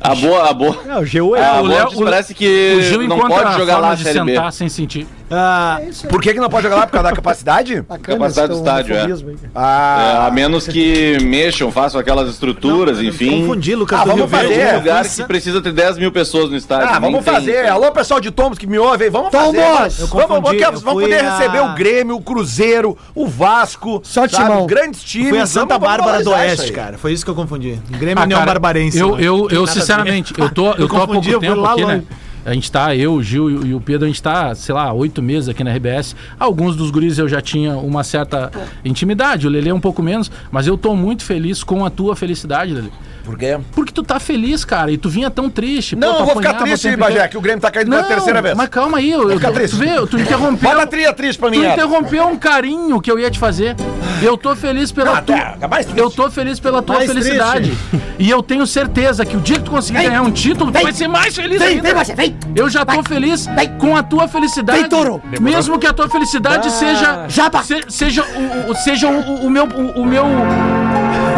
[SPEAKER 7] a boa, a boa.
[SPEAKER 4] É, o GU é.
[SPEAKER 7] a
[SPEAKER 3] o
[SPEAKER 7] boa
[SPEAKER 3] Léo-
[SPEAKER 7] parece que
[SPEAKER 3] o Gil
[SPEAKER 7] não
[SPEAKER 3] encontra
[SPEAKER 7] pode
[SPEAKER 3] a
[SPEAKER 7] jogar lá
[SPEAKER 3] forma
[SPEAKER 7] a
[SPEAKER 3] de
[SPEAKER 7] Série B.
[SPEAKER 3] sentar sem sentir.
[SPEAKER 2] Ah,
[SPEAKER 5] Por que, que não pode jogar lá? Por causa
[SPEAKER 6] <laughs>
[SPEAKER 5] da capacidade?
[SPEAKER 6] Bacana
[SPEAKER 7] Capacidade
[SPEAKER 6] esse
[SPEAKER 7] do estádio, é.
[SPEAKER 6] homofobismo um aí.
[SPEAKER 7] É,
[SPEAKER 5] Ah,
[SPEAKER 7] a menos que mexam, façam aquelas estruturas, enfim.
[SPEAKER 2] Confundi, Lucas
[SPEAKER 5] Ah,
[SPEAKER 2] do
[SPEAKER 5] vamos
[SPEAKER 2] Rio Verde.
[SPEAKER 5] fazer.
[SPEAKER 7] Um lugar que precisa ter 10 mil pessoas no estádio.
[SPEAKER 5] Ah,
[SPEAKER 7] nem
[SPEAKER 5] vamos
[SPEAKER 7] tem,
[SPEAKER 5] fazer.
[SPEAKER 7] então.
[SPEAKER 5] Alô, pessoal de Tombos que me ouve, aí, vamos fazer.
[SPEAKER 6] Tombos!
[SPEAKER 5] Vamos,
[SPEAKER 2] Eu confundi,
[SPEAKER 5] vamos,
[SPEAKER 2] eu
[SPEAKER 5] vamos
[SPEAKER 2] fui
[SPEAKER 5] poder
[SPEAKER 2] a-
[SPEAKER 5] receber o Grêmio, o Cruzeiro, o Vasco.
[SPEAKER 6] Só
[SPEAKER 5] sabe?
[SPEAKER 6] timão.
[SPEAKER 5] Grandes times.
[SPEAKER 2] Foi a Santa
[SPEAKER 5] Vamos
[SPEAKER 2] Bárbara do
[SPEAKER 5] valorizar isso
[SPEAKER 2] Oeste,
[SPEAKER 5] aí.
[SPEAKER 2] cara. Foi isso que eu confundi. Grêmio
[SPEAKER 3] Ah,
[SPEAKER 2] União
[SPEAKER 3] cara,
[SPEAKER 2] Barbarense.
[SPEAKER 3] Eu,
[SPEAKER 2] mano.
[SPEAKER 3] eu, eu
[SPEAKER 2] Nada a ver.
[SPEAKER 3] sinceramente, eu tô, eu
[SPEAKER 2] Eu
[SPEAKER 3] tô há pouco
[SPEAKER 2] confundi, eu fui
[SPEAKER 3] tempo
[SPEAKER 2] lá
[SPEAKER 3] aqui, né?
[SPEAKER 2] longe.
[SPEAKER 3] A gente tá, eu, o Gil e- e o Pedro, a gente tá, sei lá, oito meses aqui na RBS. Alguns dos guris eu já tinha uma certa intimidade, o Lelê um pouco menos, mas eu tô muito feliz com a tua felicidade, Lelê.
[SPEAKER 5] Por quê?
[SPEAKER 3] Porque tu tá feliz, cara, e tu vinha tão triste.
[SPEAKER 5] Não,
[SPEAKER 3] tu
[SPEAKER 5] eu vou ficar
[SPEAKER 3] apanhava
[SPEAKER 5] triste,
[SPEAKER 3] o tempo
[SPEAKER 5] Bagé,
[SPEAKER 3] inteiro.
[SPEAKER 5] que o Grêmio tá caindo
[SPEAKER 3] Não,
[SPEAKER 5] pela terceira vez.
[SPEAKER 3] mas calma aí, eu, eu,
[SPEAKER 5] ficar
[SPEAKER 3] tu,
[SPEAKER 5] triste.
[SPEAKER 3] vê, tu interrompeu...
[SPEAKER 5] Bota a tria triste pra mim.
[SPEAKER 3] Tu
[SPEAKER 5] Ed.
[SPEAKER 3] interrompeu um carinho que eu ia te fazer. Eu tô feliz pela
[SPEAKER 5] Ah,
[SPEAKER 3] tua.
[SPEAKER 5] tá, mais triste.
[SPEAKER 3] Eu tô feliz pela tua
[SPEAKER 6] Mais
[SPEAKER 3] felicidade. E eu tenho certeza que o dia que tu conseguir ganhar um título, tu vai ser mais feliz
[SPEAKER 6] Vem,
[SPEAKER 3] ainda.
[SPEAKER 6] vem, Bagé, vem!
[SPEAKER 3] Eu já tô feliz com a tua felicidade.
[SPEAKER 6] Vem, touro!
[SPEAKER 3] Mesmo que a tua felicidade seja.
[SPEAKER 6] Japa!
[SPEAKER 3] se- seja o, o- seja o, o meu. O, o meu.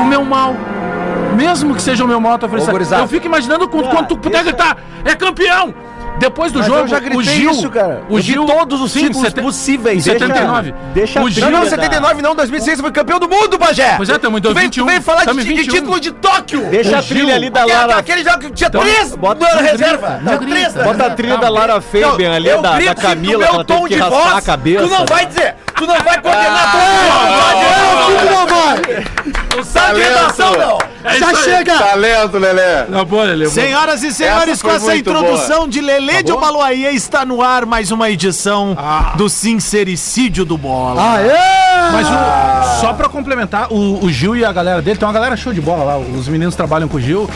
[SPEAKER 3] O meu mal. Mesmo que seja o meu mal, a tua felicidade.
[SPEAKER 5] gurizada.
[SPEAKER 3] eu fico imaginando quando, quando tu puder gritar, é campeão! Depois do jogo,
[SPEAKER 5] eu já gritei
[SPEAKER 3] o Gil.
[SPEAKER 5] isso, cara.
[SPEAKER 3] O Gil, todos os títulos
[SPEAKER 5] possíveis.
[SPEAKER 3] Em 79.
[SPEAKER 4] Deixa
[SPEAKER 3] o
[SPEAKER 4] a
[SPEAKER 3] Gil,
[SPEAKER 5] Não, não, 79 não, 2006 foi campeão do mundo, Bagé.
[SPEAKER 3] Pois é, tamo em
[SPEAKER 5] Tu vem-
[SPEAKER 3] 21.
[SPEAKER 5] Tu vem falar
[SPEAKER 3] Tamo
[SPEAKER 5] de,
[SPEAKER 3] em
[SPEAKER 5] de
[SPEAKER 3] 21.
[SPEAKER 5] título de Tóquio.
[SPEAKER 4] Deixa
[SPEAKER 3] O
[SPEAKER 4] a trilha
[SPEAKER 3] Gil.
[SPEAKER 4] ali da
[SPEAKER 5] Aquele-
[SPEAKER 4] Lara.
[SPEAKER 5] Aquele jogo que tinha
[SPEAKER 3] Então,
[SPEAKER 5] três
[SPEAKER 4] bota-
[SPEAKER 5] na
[SPEAKER 4] não
[SPEAKER 5] reserva.
[SPEAKER 3] grita, não
[SPEAKER 5] Tinha três
[SPEAKER 3] grita.
[SPEAKER 5] na
[SPEAKER 4] Bota a
[SPEAKER 5] reserva.
[SPEAKER 4] trilha da Lara Fabian ali,
[SPEAKER 5] eu
[SPEAKER 4] da, da
[SPEAKER 5] grito
[SPEAKER 4] Camila,
[SPEAKER 5] no
[SPEAKER 4] que ela
[SPEAKER 5] meu
[SPEAKER 4] teve
[SPEAKER 5] tom
[SPEAKER 4] que
[SPEAKER 5] de
[SPEAKER 4] raspar
[SPEAKER 5] voz,
[SPEAKER 4] a cabeça. né?
[SPEAKER 5] tu não vai dizer, tu não vai condenar todo mundo, não vai, não, tu não sabe Tá de redação, não.
[SPEAKER 3] É
[SPEAKER 6] Já
[SPEAKER 3] isso aí.
[SPEAKER 6] chega!
[SPEAKER 7] Talento, Lelé!
[SPEAKER 3] Tá bom, Lelê, eu vou-
[SPEAKER 2] Senhoras e senhores,
[SPEAKER 7] Essa
[SPEAKER 2] com
[SPEAKER 7] foi
[SPEAKER 2] essa
[SPEAKER 7] muito
[SPEAKER 2] introdução de Lelê de Obaloaia, está no ar mais uma edição do Sincericídio do Bola.
[SPEAKER 6] Aê!
[SPEAKER 3] Mas
[SPEAKER 6] Ah.
[SPEAKER 3] o- só pra complementar, o, o Gil e a galera dele, tem uma galera show de bola lá, os meninos trabalham com o Gil.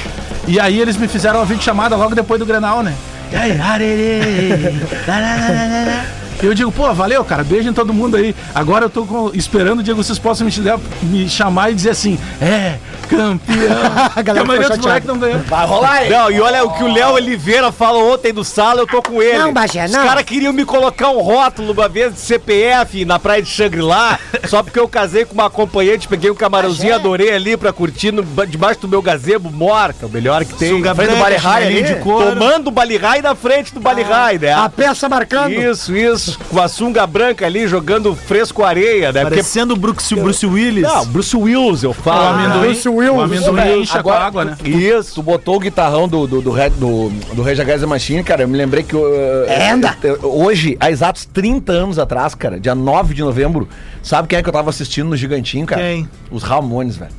[SPEAKER 3] E aí eles me fizeram uma videochamada logo depois do Grenal, né? E aí, arerê, tararararara. Eu digo, pô, valeu, cara, beijo em todo mundo aí. Agora eu tô com- esperando, Diego, vocês possam me, chegar- me chamar e dizer assim, é, campeão.
[SPEAKER 6] <laughs> A
[SPEAKER 3] Que
[SPEAKER 6] galera
[SPEAKER 3] a maioria
[SPEAKER 6] ficou
[SPEAKER 3] dos moleques não ganhou.
[SPEAKER 5] Vai rolar, hein?
[SPEAKER 4] Não, e olha o que o Léo Oliveira falou ontem no sala, eu tô com ele.
[SPEAKER 6] Não, Bagé, não.
[SPEAKER 4] Os caras queriam me colocar um rótulo uma vez de CPF na praia de Xangri-Lá, só porque eu casei com uma acompanhante, peguei um camarãozinho, adorei ali pra curtir no, ba- debaixo do meu gazebo, morta, o melhor que tem.
[SPEAKER 2] Sunga
[SPEAKER 4] Na frente
[SPEAKER 2] branca,
[SPEAKER 4] Balihai
[SPEAKER 2] chinelinho
[SPEAKER 4] ali,
[SPEAKER 2] de couro. Ah,
[SPEAKER 4] tomando o Balihai na frente do Balihai, né?
[SPEAKER 6] A peça
[SPEAKER 2] tá.
[SPEAKER 6] marcando.
[SPEAKER 4] Isso, isso, com a sunga branca ali, jogando fresco areia,
[SPEAKER 2] É
[SPEAKER 4] né? Porque,
[SPEAKER 2] Parecendo o Bruce, Bruce Willis.
[SPEAKER 4] não, Bruce Willis, eu falo.
[SPEAKER 2] Ah,
[SPEAKER 4] né?
[SPEAKER 6] Bruce Willis.
[SPEAKER 3] O amendoim incha com a água, né?
[SPEAKER 5] Isso, tu botou o guitarrão do, do, do, Red- do, do Rage Against the Machine, cara. Eu me lembrei que. uh,
[SPEAKER 6] É, anda.
[SPEAKER 5] eu- Hoje, há exatos 30 anos atrás, cara, dia 9 de novembro, sabe quem é que eu tava assistindo no Gigantinho, cara?
[SPEAKER 2] Quem?
[SPEAKER 5] Os Ramones, velho.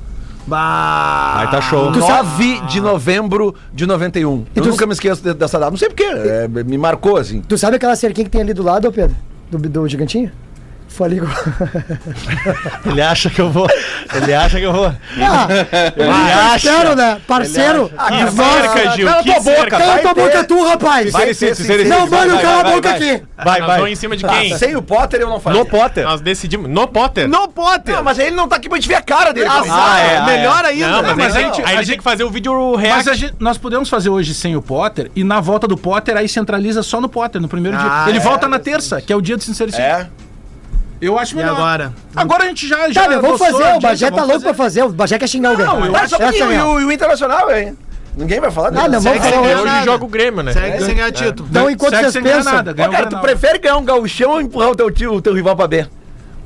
[SPEAKER 2] Bah.
[SPEAKER 4] Aí tá show.
[SPEAKER 5] 9 de novembro de 91. eu nunca me esqueço de- dessa data. Não sei porquê. É, me marcou, assim.
[SPEAKER 6] Tu sabe aquela cerquinha que tem ali do lado, ô Pedro? Do, do gigantinho? Foi ali.
[SPEAKER 4] Ele acha que eu vou. Ele acha que eu vou.
[SPEAKER 6] Ah, parceiro, né? Parceiro.
[SPEAKER 8] Que cerca, Gil,
[SPEAKER 5] Cala
[SPEAKER 8] que
[SPEAKER 5] tua boca,
[SPEAKER 8] cerca.
[SPEAKER 5] vai
[SPEAKER 6] Cala tua
[SPEAKER 5] ter-
[SPEAKER 6] boca tu, rapaz!
[SPEAKER 5] vai
[SPEAKER 4] Sincericídio,
[SPEAKER 5] ter
[SPEAKER 4] sincericídio.
[SPEAKER 6] Não,
[SPEAKER 5] sincericídio.
[SPEAKER 6] mano,
[SPEAKER 4] vai,
[SPEAKER 6] cala a
[SPEAKER 4] vai,
[SPEAKER 6] boca
[SPEAKER 4] vai,
[SPEAKER 6] aqui!
[SPEAKER 4] Vai,
[SPEAKER 8] Nós vamos
[SPEAKER 4] vai.
[SPEAKER 8] em cima de
[SPEAKER 5] Ah,
[SPEAKER 8] quem?
[SPEAKER 5] sem o Potter eu não faria.
[SPEAKER 4] No Potter.
[SPEAKER 8] Nós decidimos. No Potter?
[SPEAKER 2] No Potter.
[SPEAKER 5] Não, mas ele não tá aqui pra gente ver a cara dele.
[SPEAKER 2] Azar,
[SPEAKER 4] Ah, é, ah,
[SPEAKER 2] tá melhor ainda.
[SPEAKER 8] Não, mas,
[SPEAKER 3] mas
[SPEAKER 8] a
[SPEAKER 3] a
[SPEAKER 8] gente,
[SPEAKER 3] gente-
[SPEAKER 8] aí
[SPEAKER 3] a
[SPEAKER 8] ele tem
[SPEAKER 3] gente-
[SPEAKER 8] que fazer o vídeo react.
[SPEAKER 3] Mas a gente- nós podemos fazer hoje sem o Potter e na volta do Potter aí centraliza só no Potter, no primeiro
[SPEAKER 2] Ah,
[SPEAKER 3] dia. Ele
[SPEAKER 2] é,
[SPEAKER 3] volta na terça, que é o dia de sincericídio.
[SPEAKER 5] É.
[SPEAKER 3] Eu acho
[SPEAKER 2] E
[SPEAKER 3] melhor.
[SPEAKER 2] agora?
[SPEAKER 3] é Agora a gente já. já
[SPEAKER 6] Tá, meu, vamos
[SPEAKER 3] adoçou a
[SPEAKER 6] fazer, o
[SPEAKER 3] dica,
[SPEAKER 6] Bagé tá
[SPEAKER 3] vamos
[SPEAKER 6] louco
[SPEAKER 3] fazer.
[SPEAKER 6] pra fazer, o Bagé quer xingar alguém.
[SPEAKER 5] Não, eu acho
[SPEAKER 6] Essa
[SPEAKER 5] que
[SPEAKER 6] é
[SPEAKER 5] o, e
[SPEAKER 6] real.
[SPEAKER 5] o, Internacional, hein? Ninguém vai falar
[SPEAKER 6] Ah, não, vamos
[SPEAKER 2] Segue
[SPEAKER 6] falar
[SPEAKER 2] sem
[SPEAKER 6] hoje.
[SPEAKER 2] ganhar
[SPEAKER 8] hoje
[SPEAKER 2] nada.
[SPEAKER 8] joga o Grêmio, né?
[SPEAKER 2] Segue sem ganhar título.
[SPEAKER 5] um
[SPEAKER 6] Então, enquanto
[SPEAKER 3] Segue
[SPEAKER 6] vocês
[SPEAKER 3] sem ganhar nada,
[SPEAKER 6] pensam...
[SPEAKER 3] ganhou o
[SPEAKER 5] Ô, cara, tu
[SPEAKER 3] Grenal.
[SPEAKER 5] prefere ganhar um gauchão ou empurrar o teu, tio, o teu rival pra B?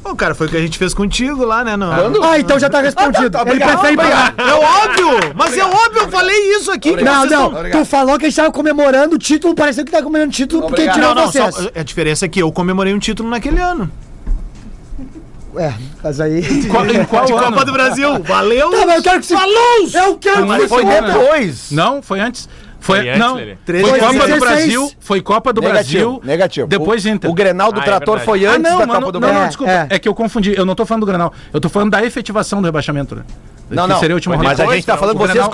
[SPEAKER 2] Ô, cara, foi o que a gente fez contigo lá, né? No...
[SPEAKER 5] Quando?
[SPEAKER 6] Ah, então já tá respondido.
[SPEAKER 5] tá,
[SPEAKER 6] Ele
[SPEAKER 5] tá, obrigado,
[SPEAKER 6] prefere pagar.
[SPEAKER 5] obrigado.
[SPEAKER 2] É óbvio! Mas é óbvio, eu falei isso aqui. que
[SPEAKER 6] Não,
[SPEAKER 2] vocês
[SPEAKER 6] não,
[SPEAKER 5] Obrigado.
[SPEAKER 6] tu falou que a gente tava comemorando o título, pareceu que tá comemorando o título porque
[SPEAKER 5] Obrigado.
[SPEAKER 6] tirou
[SPEAKER 2] Não, não, só,
[SPEAKER 6] vocês.
[SPEAKER 2] a diferença é que eu comemorei um título naquele ano.
[SPEAKER 6] É, mas aí...
[SPEAKER 3] Qual- em qual
[SPEAKER 2] de
[SPEAKER 3] ano?
[SPEAKER 2] Copa do Brasil. Valeu!
[SPEAKER 6] Não, Tá, mas eu quero que se... Falou! Eu quero
[SPEAKER 3] Mas
[SPEAKER 6] que se...
[SPEAKER 5] Foi
[SPEAKER 3] Não, né?
[SPEAKER 5] depois.
[SPEAKER 3] Não, foi antes. Foi,
[SPEAKER 8] Foi antes,
[SPEAKER 3] não,
[SPEAKER 8] Lelê.
[SPEAKER 3] foi
[SPEAKER 2] 13,
[SPEAKER 3] Copa do
[SPEAKER 6] 16.
[SPEAKER 3] Brasil, foi Copa do Brasil,
[SPEAKER 5] Negativo.
[SPEAKER 3] depois
[SPEAKER 5] o,
[SPEAKER 3] Inter.
[SPEAKER 5] O Grenal do
[SPEAKER 8] Ah, é
[SPEAKER 5] Trator
[SPEAKER 8] verdade.
[SPEAKER 5] foi
[SPEAKER 3] Ah,
[SPEAKER 5] antes
[SPEAKER 3] não,
[SPEAKER 5] da
[SPEAKER 3] mas
[SPEAKER 5] Copa
[SPEAKER 3] não,
[SPEAKER 5] do Brasil.
[SPEAKER 3] não,
[SPEAKER 6] É,
[SPEAKER 3] desculpa,
[SPEAKER 6] é.
[SPEAKER 3] é. que eu confundi, eu não tô falando do Grenal, eu tô falando da efetivação do rebaixamento, né?
[SPEAKER 5] Não,
[SPEAKER 3] Que
[SPEAKER 5] não.
[SPEAKER 3] seria a última
[SPEAKER 5] mas
[SPEAKER 3] rodada.
[SPEAKER 5] a gente tá
[SPEAKER 3] Depois,
[SPEAKER 5] falando,
[SPEAKER 3] não, o
[SPEAKER 5] vocês
[SPEAKER 3] Grenal-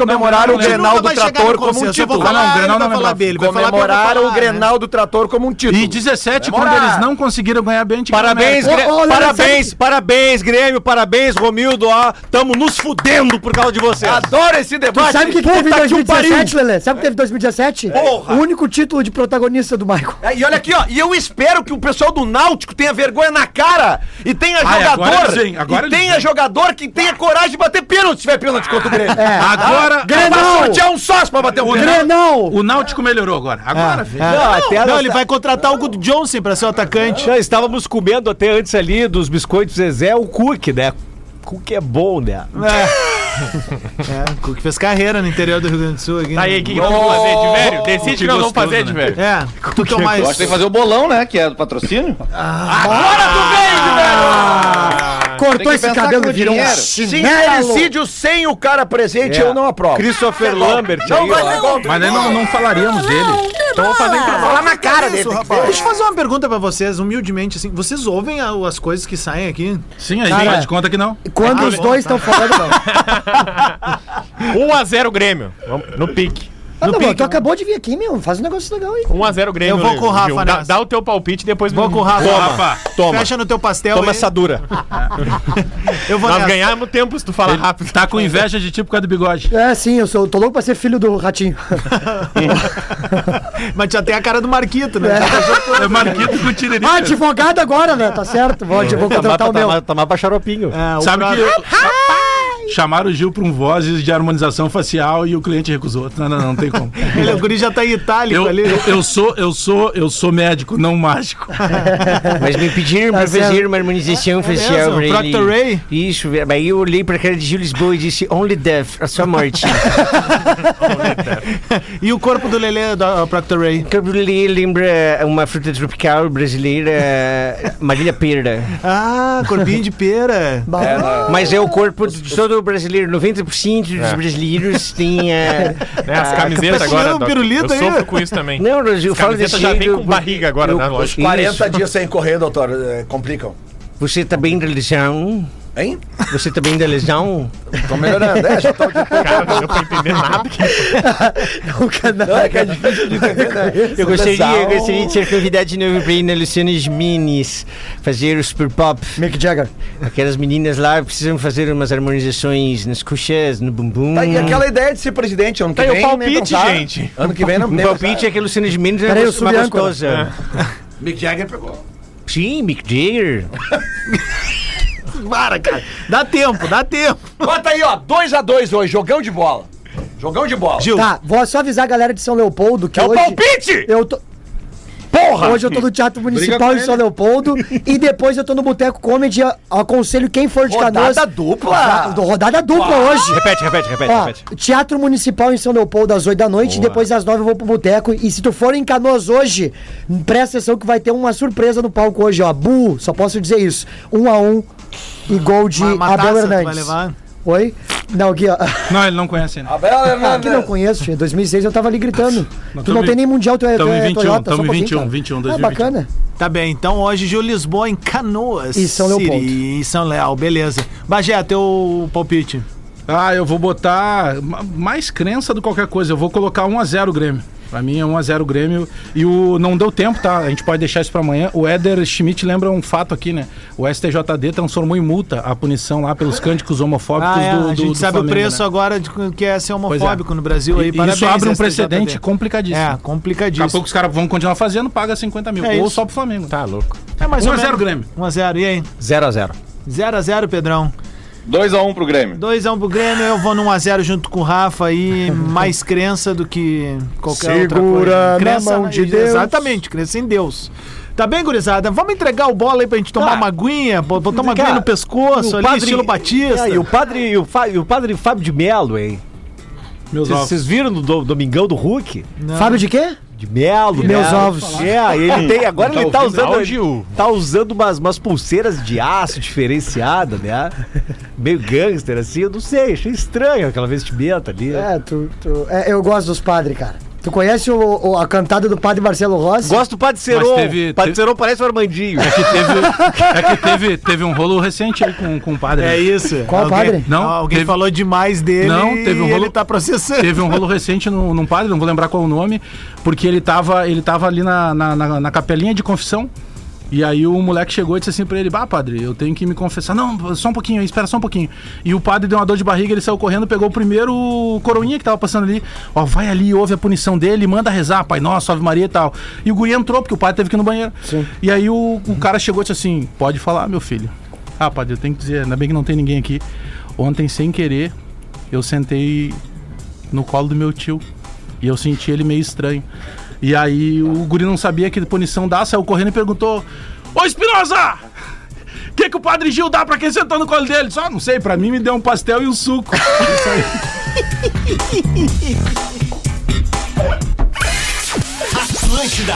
[SPEAKER 3] não,
[SPEAKER 5] comemoraram
[SPEAKER 3] não,
[SPEAKER 5] o
[SPEAKER 3] não,
[SPEAKER 5] Grenal do Trator como
[SPEAKER 2] Eu
[SPEAKER 5] um
[SPEAKER 2] vou
[SPEAKER 5] título.
[SPEAKER 2] falar,
[SPEAKER 3] Não, não,
[SPEAKER 2] ele
[SPEAKER 3] Grenal
[SPEAKER 2] vai
[SPEAKER 3] não é
[SPEAKER 2] falar
[SPEAKER 3] Grenal.
[SPEAKER 2] dele. vai falar pra eu
[SPEAKER 5] Comemoraram
[SPEAKER 2] falar,
[SPEAKER 5] o
[SPEAKER 2] né?
[SPEAKER 5] Grenal do Trator como um título.
[SPEAKER 3] E 17,
[SPEAKER 5] Demora.
[SPEAKER 3] quando eles não conseguiram ganhar bem, a gente
[SPEAKER 4] Parabéns,
[SPEAKER 6] Ô,
[SPEAKER 3] ganhou, né?
[SPEAKER 4] Grê-
[SPEAKER 6] ô, Leandro,
[SPEAKER 4] parabéns,
[SPEAKER 6] sabe-
[SPEAKER 4] parabéns, Grêmio, parabéns, Romildo. Ó, tamo nos fudendo por causa de vocês.
[SPEAKER 5] Adoro esse debate.
[SPEAKER 6] Sabe o que, que
[SPEAKER 4] Puta
[SPEAKER 6] teve em
[SPEAKER 4] que o
[SPEAKER 6] 2017, Lelê? Sabe o que teve em 2017?
[SPEAKER 5] Porra!
[SPEAKER 6] O único título de protagonista do Michael.
[SPEAKER 5] É, E olha aqui, ó. E eu espero que o pessoal do Náutico tenha vergonha na cara e tenha
[SPEAKER 3] Ah, é,
[SPEAKER 5] jogador.
[SPEAKER 3] agora sim, agora
[SPEAKER 5] e
[SPEAKER 3] eles
[SPEAKER 5] tenha
[SPEAKER 3] vêm.
[SPEAKER 5] jogador que tenha coragem de bater pênalti pênalti, se tiver pênalti contra o Grêmio.
[SPEAKER 6] É.
[SPEAKER 3] Agora,
[SPEAKER 5] Vai
[SPEAKER 6] Grenal!
[SPEAKER 5] sortear um sócio pra bater o Grêmio.
[SPEAKER 6] Grenal!
[SPEAKER 3] o Náutico melhorou agora. Agora, velho.
[SPEAKER 4] Não, até
[SPEAKER 2] Não,
[SPEAKER 4] nós-
[SPEAKER 2] ele vai contratar o Good Johnson pra ser o atacante.
[SPEAKER 4] Não, estávamos comendo até antes ali dos biscoitos Zezé o cookie, né? Cookie é bom, né?
[SPEAKER 2] É. é, o Cook fez carreira no interior do Rio Grande do Sul. Aqui, né?
[SPEAKER 8] Tá aí, o que, que nós vamos fazer, de velho? Decide o que nós vamos
[SPEAKER 3] gostoso,
[SPEAKER 8] fazer, de
[SPEAKER 3] né?
[SPEAKER 8] velho.
[SPEAKER 2] É, tu que é o mais.
[SPEAKER 7] Eu acho que tem que fazer o bolão, né? Que é do patrocínio.
[SPEAKER 6] Cortou esse
[SPEAKER 7] pensar
[SPEAKER 6] cabelo
[SPEAKER 7] com
[SPEAKER 6] e virou um
[SPEAKER 7] dinheiro.
[SPEAKER 6] chinelo.
[SPEAKER 5] sem o cara presente,
[SPEAKER 4] É.
[SPEAKER 5] eu não aprovo.
[SPEAKER 4] Christopher Lambert aí, ó.
[SPEAKER 3] Mas aí não, não falaríamos dele.
[SPEAKER 8] Então vamos fazer então.
[SPEAKER 5] Falar na cara dele.
[SPEAKER 2] é Deixa eu fazer uma pergunta pra vocês, humildemente, assim. Vocês ouvem a- as coisas que saem aqui?
[SPEAKER 3] Sim, a gente
[SPEAKER 6] Cara,
[SPEAKER 3] faz de conta que não.
[SPEAKER 6] Quando os dois estão falando, não.
[SPEAKER 8] 1x0 Grêmio. Vamos- No pique.
[SPEAKER 6] Ah, meu irmão, tu acabou de vir aqui, meu. Faz um negócio legal aí.
[SPEAKER 8] 1x0 Grêmio. né,
[SPEAKER 2] Eu vou com o Rafa
[SPEAKER 8] Gil. Dá,
[SPEAKER 2] nessa.
[SPEAKER 8] dá o teu palpite e depois
[SPEAKER 2] Vou
[SPEAKER 8] me-
[SPEAKER 2] com o Rafa.
[SPEAKER 8] Toma.
[SPEAKER 3] Rafa,
[SPEAKER 8] Ah, Toma.
[SPEAKER 2] Fecha no teu pastel. e-
[SPEAKER 4] Toma essa dura.
[SPEAKER 2] Eu vou
[SPEAKER 8] Nós
[SPEAKER 2] nessa.
[SPEAKER 8] ganhamos tempo se tu falar rápido.
[SPEAKER 3] Tá com inveja de tipo por causa do bigode.
[SPEAKER 6] É, sim, eu sou, tô louco pra ser filho do ratinho.
[SPEAKER 2] Mas já tem a cara do Marquito, né?
[SPEAKER 3] É Marquito com tiririca.
[SPEAKER 6] Ah, advogado agora, né? Tá certo. Vou, vou
[SPEAKER 5] Tá
[SPEAKER 4] Tomar,
[SPEAKER 6] contratar o meu.
[SPEAKER 4] tomar, tomar pra
[SPEAKER 5] <laughs>
[SPEAKER 4] xaropinho.
[SPEAKER 2] É, o
[SPEAKER 3] Sabe
[SPEAKER 2] Prado-
[SPEAKER 3] que eu- chamaram o Gil pra um vozes de harmonização facial e o cliente recusou. Não, não, não tem como.
[SPEAKER 2] Ele, o guri já tá itálico
[SPEAKER 3] Eu,
[SPEAKER 2] ali. <laughs>
[SPEAKER 3] eu, eu sou, eu sou, eu sou médico, não mágico.
[SPEAKER 9] Mas me pediram
[SPEAKER 5] Tá
[SPEAKER 9] para
[SPEAKER 6] certo.
[SPEAKER 9] fazer uma harmonização facial.
[SPEAKER 2] mesmo?
[SPEAKER 9] pra ele.
[SPEAKER 2] Dr. Ray?
[SPEAKER 9] Isso, velho. aí eu olhei pra cara de Gil Lisboa e disse: Only death, a sua morte. <laughs>
[SPEAKER 2] E o corpo do Lelê da Proctor Ray?
[SPEAKER 9] Cabrulê lembra uma fruta tropical brasileira, Marília Pera.
[SPEAKER 2] Ah, corpinho de pera.
[SPEAKER 9] Mas é o corpo de todo brasileiro. 90% dos brasileiros tem. eh,
[SPEAKER 8] É. Né, as
[SPEAKER 9] a
[SPEAKER 4] Tá,
[SPEAKER 8] camisetas
[SPEAKER 2] capacidade-
[SPEAKER 8] agora.
[SPEAKER 2] Tirando
[SPEAKER 8] Doc.
[SPEAKER 2] pirulito
[SPEAKER 8] eu
[SPEAKER 2] aí.
[SPEAKER 8] sofro com isso também.
[SPEAKER 9] Não, eu
[SPEAKER 8] As
[SPEAKER 9] falo
[SPEAKER 8] camisetas
[SPEAKER 9] desse
[SPEAKER 8] já vem
[SPEAKER 9] jeito
[SPEAKER 8] com barriga agora,
[SPEAKER 9] eu-
[SPEAKER 8] né? Lógico.
[SPEAKER 5] 40 dias sem correr, doutor. É complicam.
[SPEAKER 9] Você tá bem da lesão?
[SPEAKER 5] Hein?
[SPEAKER 9] Você tá bem da lesão?
[SPEAKER 5] Tô melhorando, é? Já tô aqui.
[SPEAKER 8] Cara, não deu pra entender nada.
[SPEAKER 5] Não, é que é difícil de entender, né?
[SPEAKER 9] Eu gostaria,
[SPEAKER 5] Lesão.
[SPEAKER 9] eu gostaria de ser convidado de novo pra ir na Luciana Minis fazer o Super Pop.
[SPEAKER 6] Mick Jagger.
[SPEAKER 9] Aquelas meninas lá precisam fazer umas harmonizações nas coxas, no bumbum.
[SPEAKER 5] Tá, e aquela ideia de ser presidente ano que
[SPEAKER 8] Tá aí o
[SPEAKER 5] vem. nem
[SPEAKER 8] palpite,
[SPEAKER 5] pensar.
[SPEAKER 8] gente.
[SPEAKER 5] Ano que vem não
[SPEAKER 9] O
[SPEAKER 5] nem
[SPEAKER 9] palpite é que a Luciana Minis é
[SPEAKER 6] Peraí, eu
[SPEAKER 9] uma
[SPEAKER 6] subi a âncora.
[SPEAKER 9] gostosa.
[SPEAKER 8] É.
[SPEAKER 5] pensar. Mick Jagger pegou.
[SPEAKER 9] Sim, Mick Jagger.
[SPEAKER 2] Para, cara. Dá tempo, dá tempo.
[SPEAKER 5] Bota aí, ó. 2x2 hoje, jogão de bola. Jogão de bola.
[SPEAKER 2] Gil,
[SPEAKER 6] Tá, vou só avisar a galera de São Leopoldo que
[SPEAKER 5] É o
[SPEAKER 6] hoje...
[SPEAKER 5] palpite!
[SPEAKER 6] Eu tô... Porra! Hoje eu tô no Teatro Municipal em São Leopoldo e depois eu tô no Boteco Comedy. a- Aconselho quem for de
[SPEAKER 5] Rodada
[SPEAKER 6] Canoas.
[SPEAKER 5] dupla.
[SPEAKER 6] Ro- Rodada dupla hoje.
[SPEAKER 4] Repete, repete, repete,
[SPEAKER 6] Ó,
[SPEAKER 4] repete.
[SPEAKER 6] Teatro Municipal em São Leopoldo às 8 da noite, depois às 9 eu vou pro boteco. E se tu for em Canoas hoje, presta atenção que vai ter uma surpresa no palco hoje, ó. Bu, só posso dizer isso. Um a um e gol de
[SPEAKER 2] uma, uma
[SPEAKER 6] Abel
[SPEAKER 2] taça tu vai
[SPEAKER 6] Hernandes.
[SPEAKER 2] levar. Ah,
[SPEAKER 6] Oi? Não, Gui, ó.
[SPEAKER 3] Não, ele não conhece né? ainda.
[SPEAKER 5] Abel
[SPEAKER 6] Ah, que <laughs> não
[SPEAKER 5] Hernandes.
[SPEAKER 6] conheço, tia. 2006 eu tava ali gritando. tu
[SPEAKER 3] tamo
[SPEAKER 6] não
[SPEAKER 3] em-
[SPEAKER 6] tem nem mundial, tu é, tu
[SPEAKER 3] tamo em
[SPEAKER 6] é
[SPEAKER 3] 21, tamo
[SPEAKER 6] Toyota. só
[SPEAKER 3] em
[SPEAKER 6] um pouquinho,
[SPEAKER 3] 21,
[SPEAKER 6] cara.
[SPEAKER 3] 21,
[SPEAKER 6] Ah,
[SPEAKER 3] 2021.
[SPEAKER 6] bacana.
[SPEAKER 2] Tá bem, então hoje Gil Lisboa em Canoas.
[SPEAKER 6] E São Leopoldo.
[SPEAKER 2] Siri, e São Leal, beleza. Bagé, teu palpite.
[SPEAKER 3] Ah, eu vou botar ma- mais crença do que qualquer coisa. Eu vou colocar 1x0 o Grêmio. Pra mim é 1x0 o Grêmio. E o. Não deu tempo, tá? A gente pode deixar isso pra amanhã. O Éder Schmidt lembra um fato aqui, né? O STJD transformou em multa a punição lá pelos cânticos homofóbicos
[SPEAKER 2] Ah, é,
[SPEAKER 3] do, do.
[SPEAKER 2] a gente
[SPEAKER 3] do
[SPEAKER 2] sabe
[SPEAKER 3] Flamengo,
[SPEAKER 2] o preço
[SPEAKER 3] né?
[SPEAKER 2] agora de que é ser
[SPEAKER 3] Pois é.
[SPEAKER 2] homofóbico no Brasil.
[SPEAKER 3] E-
[SPEAKER 2] aí,
[SPEAKER 3] e
[SPEAKER 2] parabéns,
[SPEAKER 3] isso abre um
[SPEAKER 2] STJD.
[SPEAKER 3] precedente complicadíssimo.
[SPEAKER 2] É,
[SPEAKER 3] Daqui a
[SPEAKER 2] complicadíssimo.
[SPEAKER 3] pouco os caras vão continuar fazendo, paga 50 mil.
[SPEAKER 2] É
[SPEAKER 3] ou
[SPEAKER 2] isso.
[SPEAKER 3] só pro Flamengo.
[SPEAKER 8] Tá louco.
[SPEAKER 2] É mais
[SPEAKER 3] 1
[SPEAKER 2] ou
[SPEAKER 3] a 0
[SPEAKER 2] menos.
[SPEAKER 3] Grêmio.
[SPEAKER 2] 1x0, e aí?
[SPEAKER 4] 0x0.
[SPEAKER 2] 0x0, Pedrão.
[SPEAKER 7] 2x1 pro Grêmio.
[SPEAKER 2] 2x1 pro Grêmio, eu vou num a 0 junto com o Rafa
[SPEAKER 4] <laughs>
[SPEAKER 2] aí, mais crença do que qualquer outra
[SPEAKER 6] Segura
[SPEAKER 2] coisa. né?
[SPEAKER 6] na mão de Deus.
[SPEAKER 2] Exatamente, crença em Deus. Tá bem, gurizada? Vamos entregar o bola aí pra gente
[SPEAKER 4] Tá.
[SPEAKER 2] tomar uma aguinha, bo- botar uma aguinha no pescoço ali, estilo Batista.
[SPEAKER 4] É, e o padre, e o, Fá- e o padre Fábio de Melo, hein?
[SPEAKER 3] Meus
[SPEAKER 4] Vocês
[SPEAKER 3] ovos.
[SPEAKER 4] vocês viram no do- Domingão do Hulk?
[SPEAKER 6] Fábio de quê?
[SPEAKER 4] De Melo,
[SPEAKER 6] Meus
[SPEAKER 4] né?
[SPEAKER 6] ovos.
[SPEAKER 4] É, ele tem. Agora ele tá usando.
[SPEAKER 8] Ao Gil.
[SPEAKER 4] Tá usando umas, umas pulseiras de aço diferenciada, né? Meio gangster, assim, eu não sei, achei estranho aquela vestimenta ali.
[SPEAKER 6] É, tu, tu- é, eu gosto dos padres, cara. Tu conhece o, o- a cantada do padre Marcelo Rossi?
[SPEAKER 4] Gosto do Padre Seron.
[SPEAKER 3] Mas teve-
[SPEAKER 4] Padre
[SPEAKER 3] teve-
[SPEAKER 4] Seron parece o Armandinho.
[SPEAKER 3] É que teve, <laughs> é que teve, teve um rolo recente aí com, com o padre.
[SPEAKER 2] É
[SPEAKER 3] né?
[SPEAKER 2] isso.
[SPEAKER 6] Qual
[SPEAKER 3] Alguém-
[SPEAKER 6] padre?
[SPEAKER 3] Não,
[SPEAKER 2] Alguém
[SPEAKER 3] teve-
[SPEAKER 2] falou demais dele
[SPEAKER 3] Não, teve um
[SPEAKER 2] e
[SPEAKER 3] rolo-
[SPEAKER 2] ele tá processando.
[SPEAKER 3] Teve um rolo recente num, num padre, não vou lembrar qual o nome, porque ele tava, ele tava ali na, na, na- na capelinha de confissão. E aí o moleque chegou e disse assim pra ele, bah, padre, eu tenho que me confessar. Não, só um pouquinho, aí, espera só um pouquinho. E o padre deu uma dor de barriga, ele saiu correndo, pegou o primeiro coroinha que tava passando ali. Ó, vai ali, ouve a punição dele, manda rezar, pai nosso, ave Maria e tal. E o guri entrou, porque o padre teve que ir no banheiro. E aí o, o cara chegou e disse assim, pode falar, meu filho. Ah, padre, eu tenho que dizer, ainda bem que não tem ninguém aqui. Ontem, sem querer, eu sentei no colo do meu tio. E eu senti ele meio estranho. E aí o guri não sabia que punição dá, saiu correndo e perguntou: Ô Espinosa! O que, que o padre Gil dá pra quem sentou no colo dele? Só não sei, pra mim me deu um pastel e um suco. Isso aí.
[SPEAKER 10] Atlântida.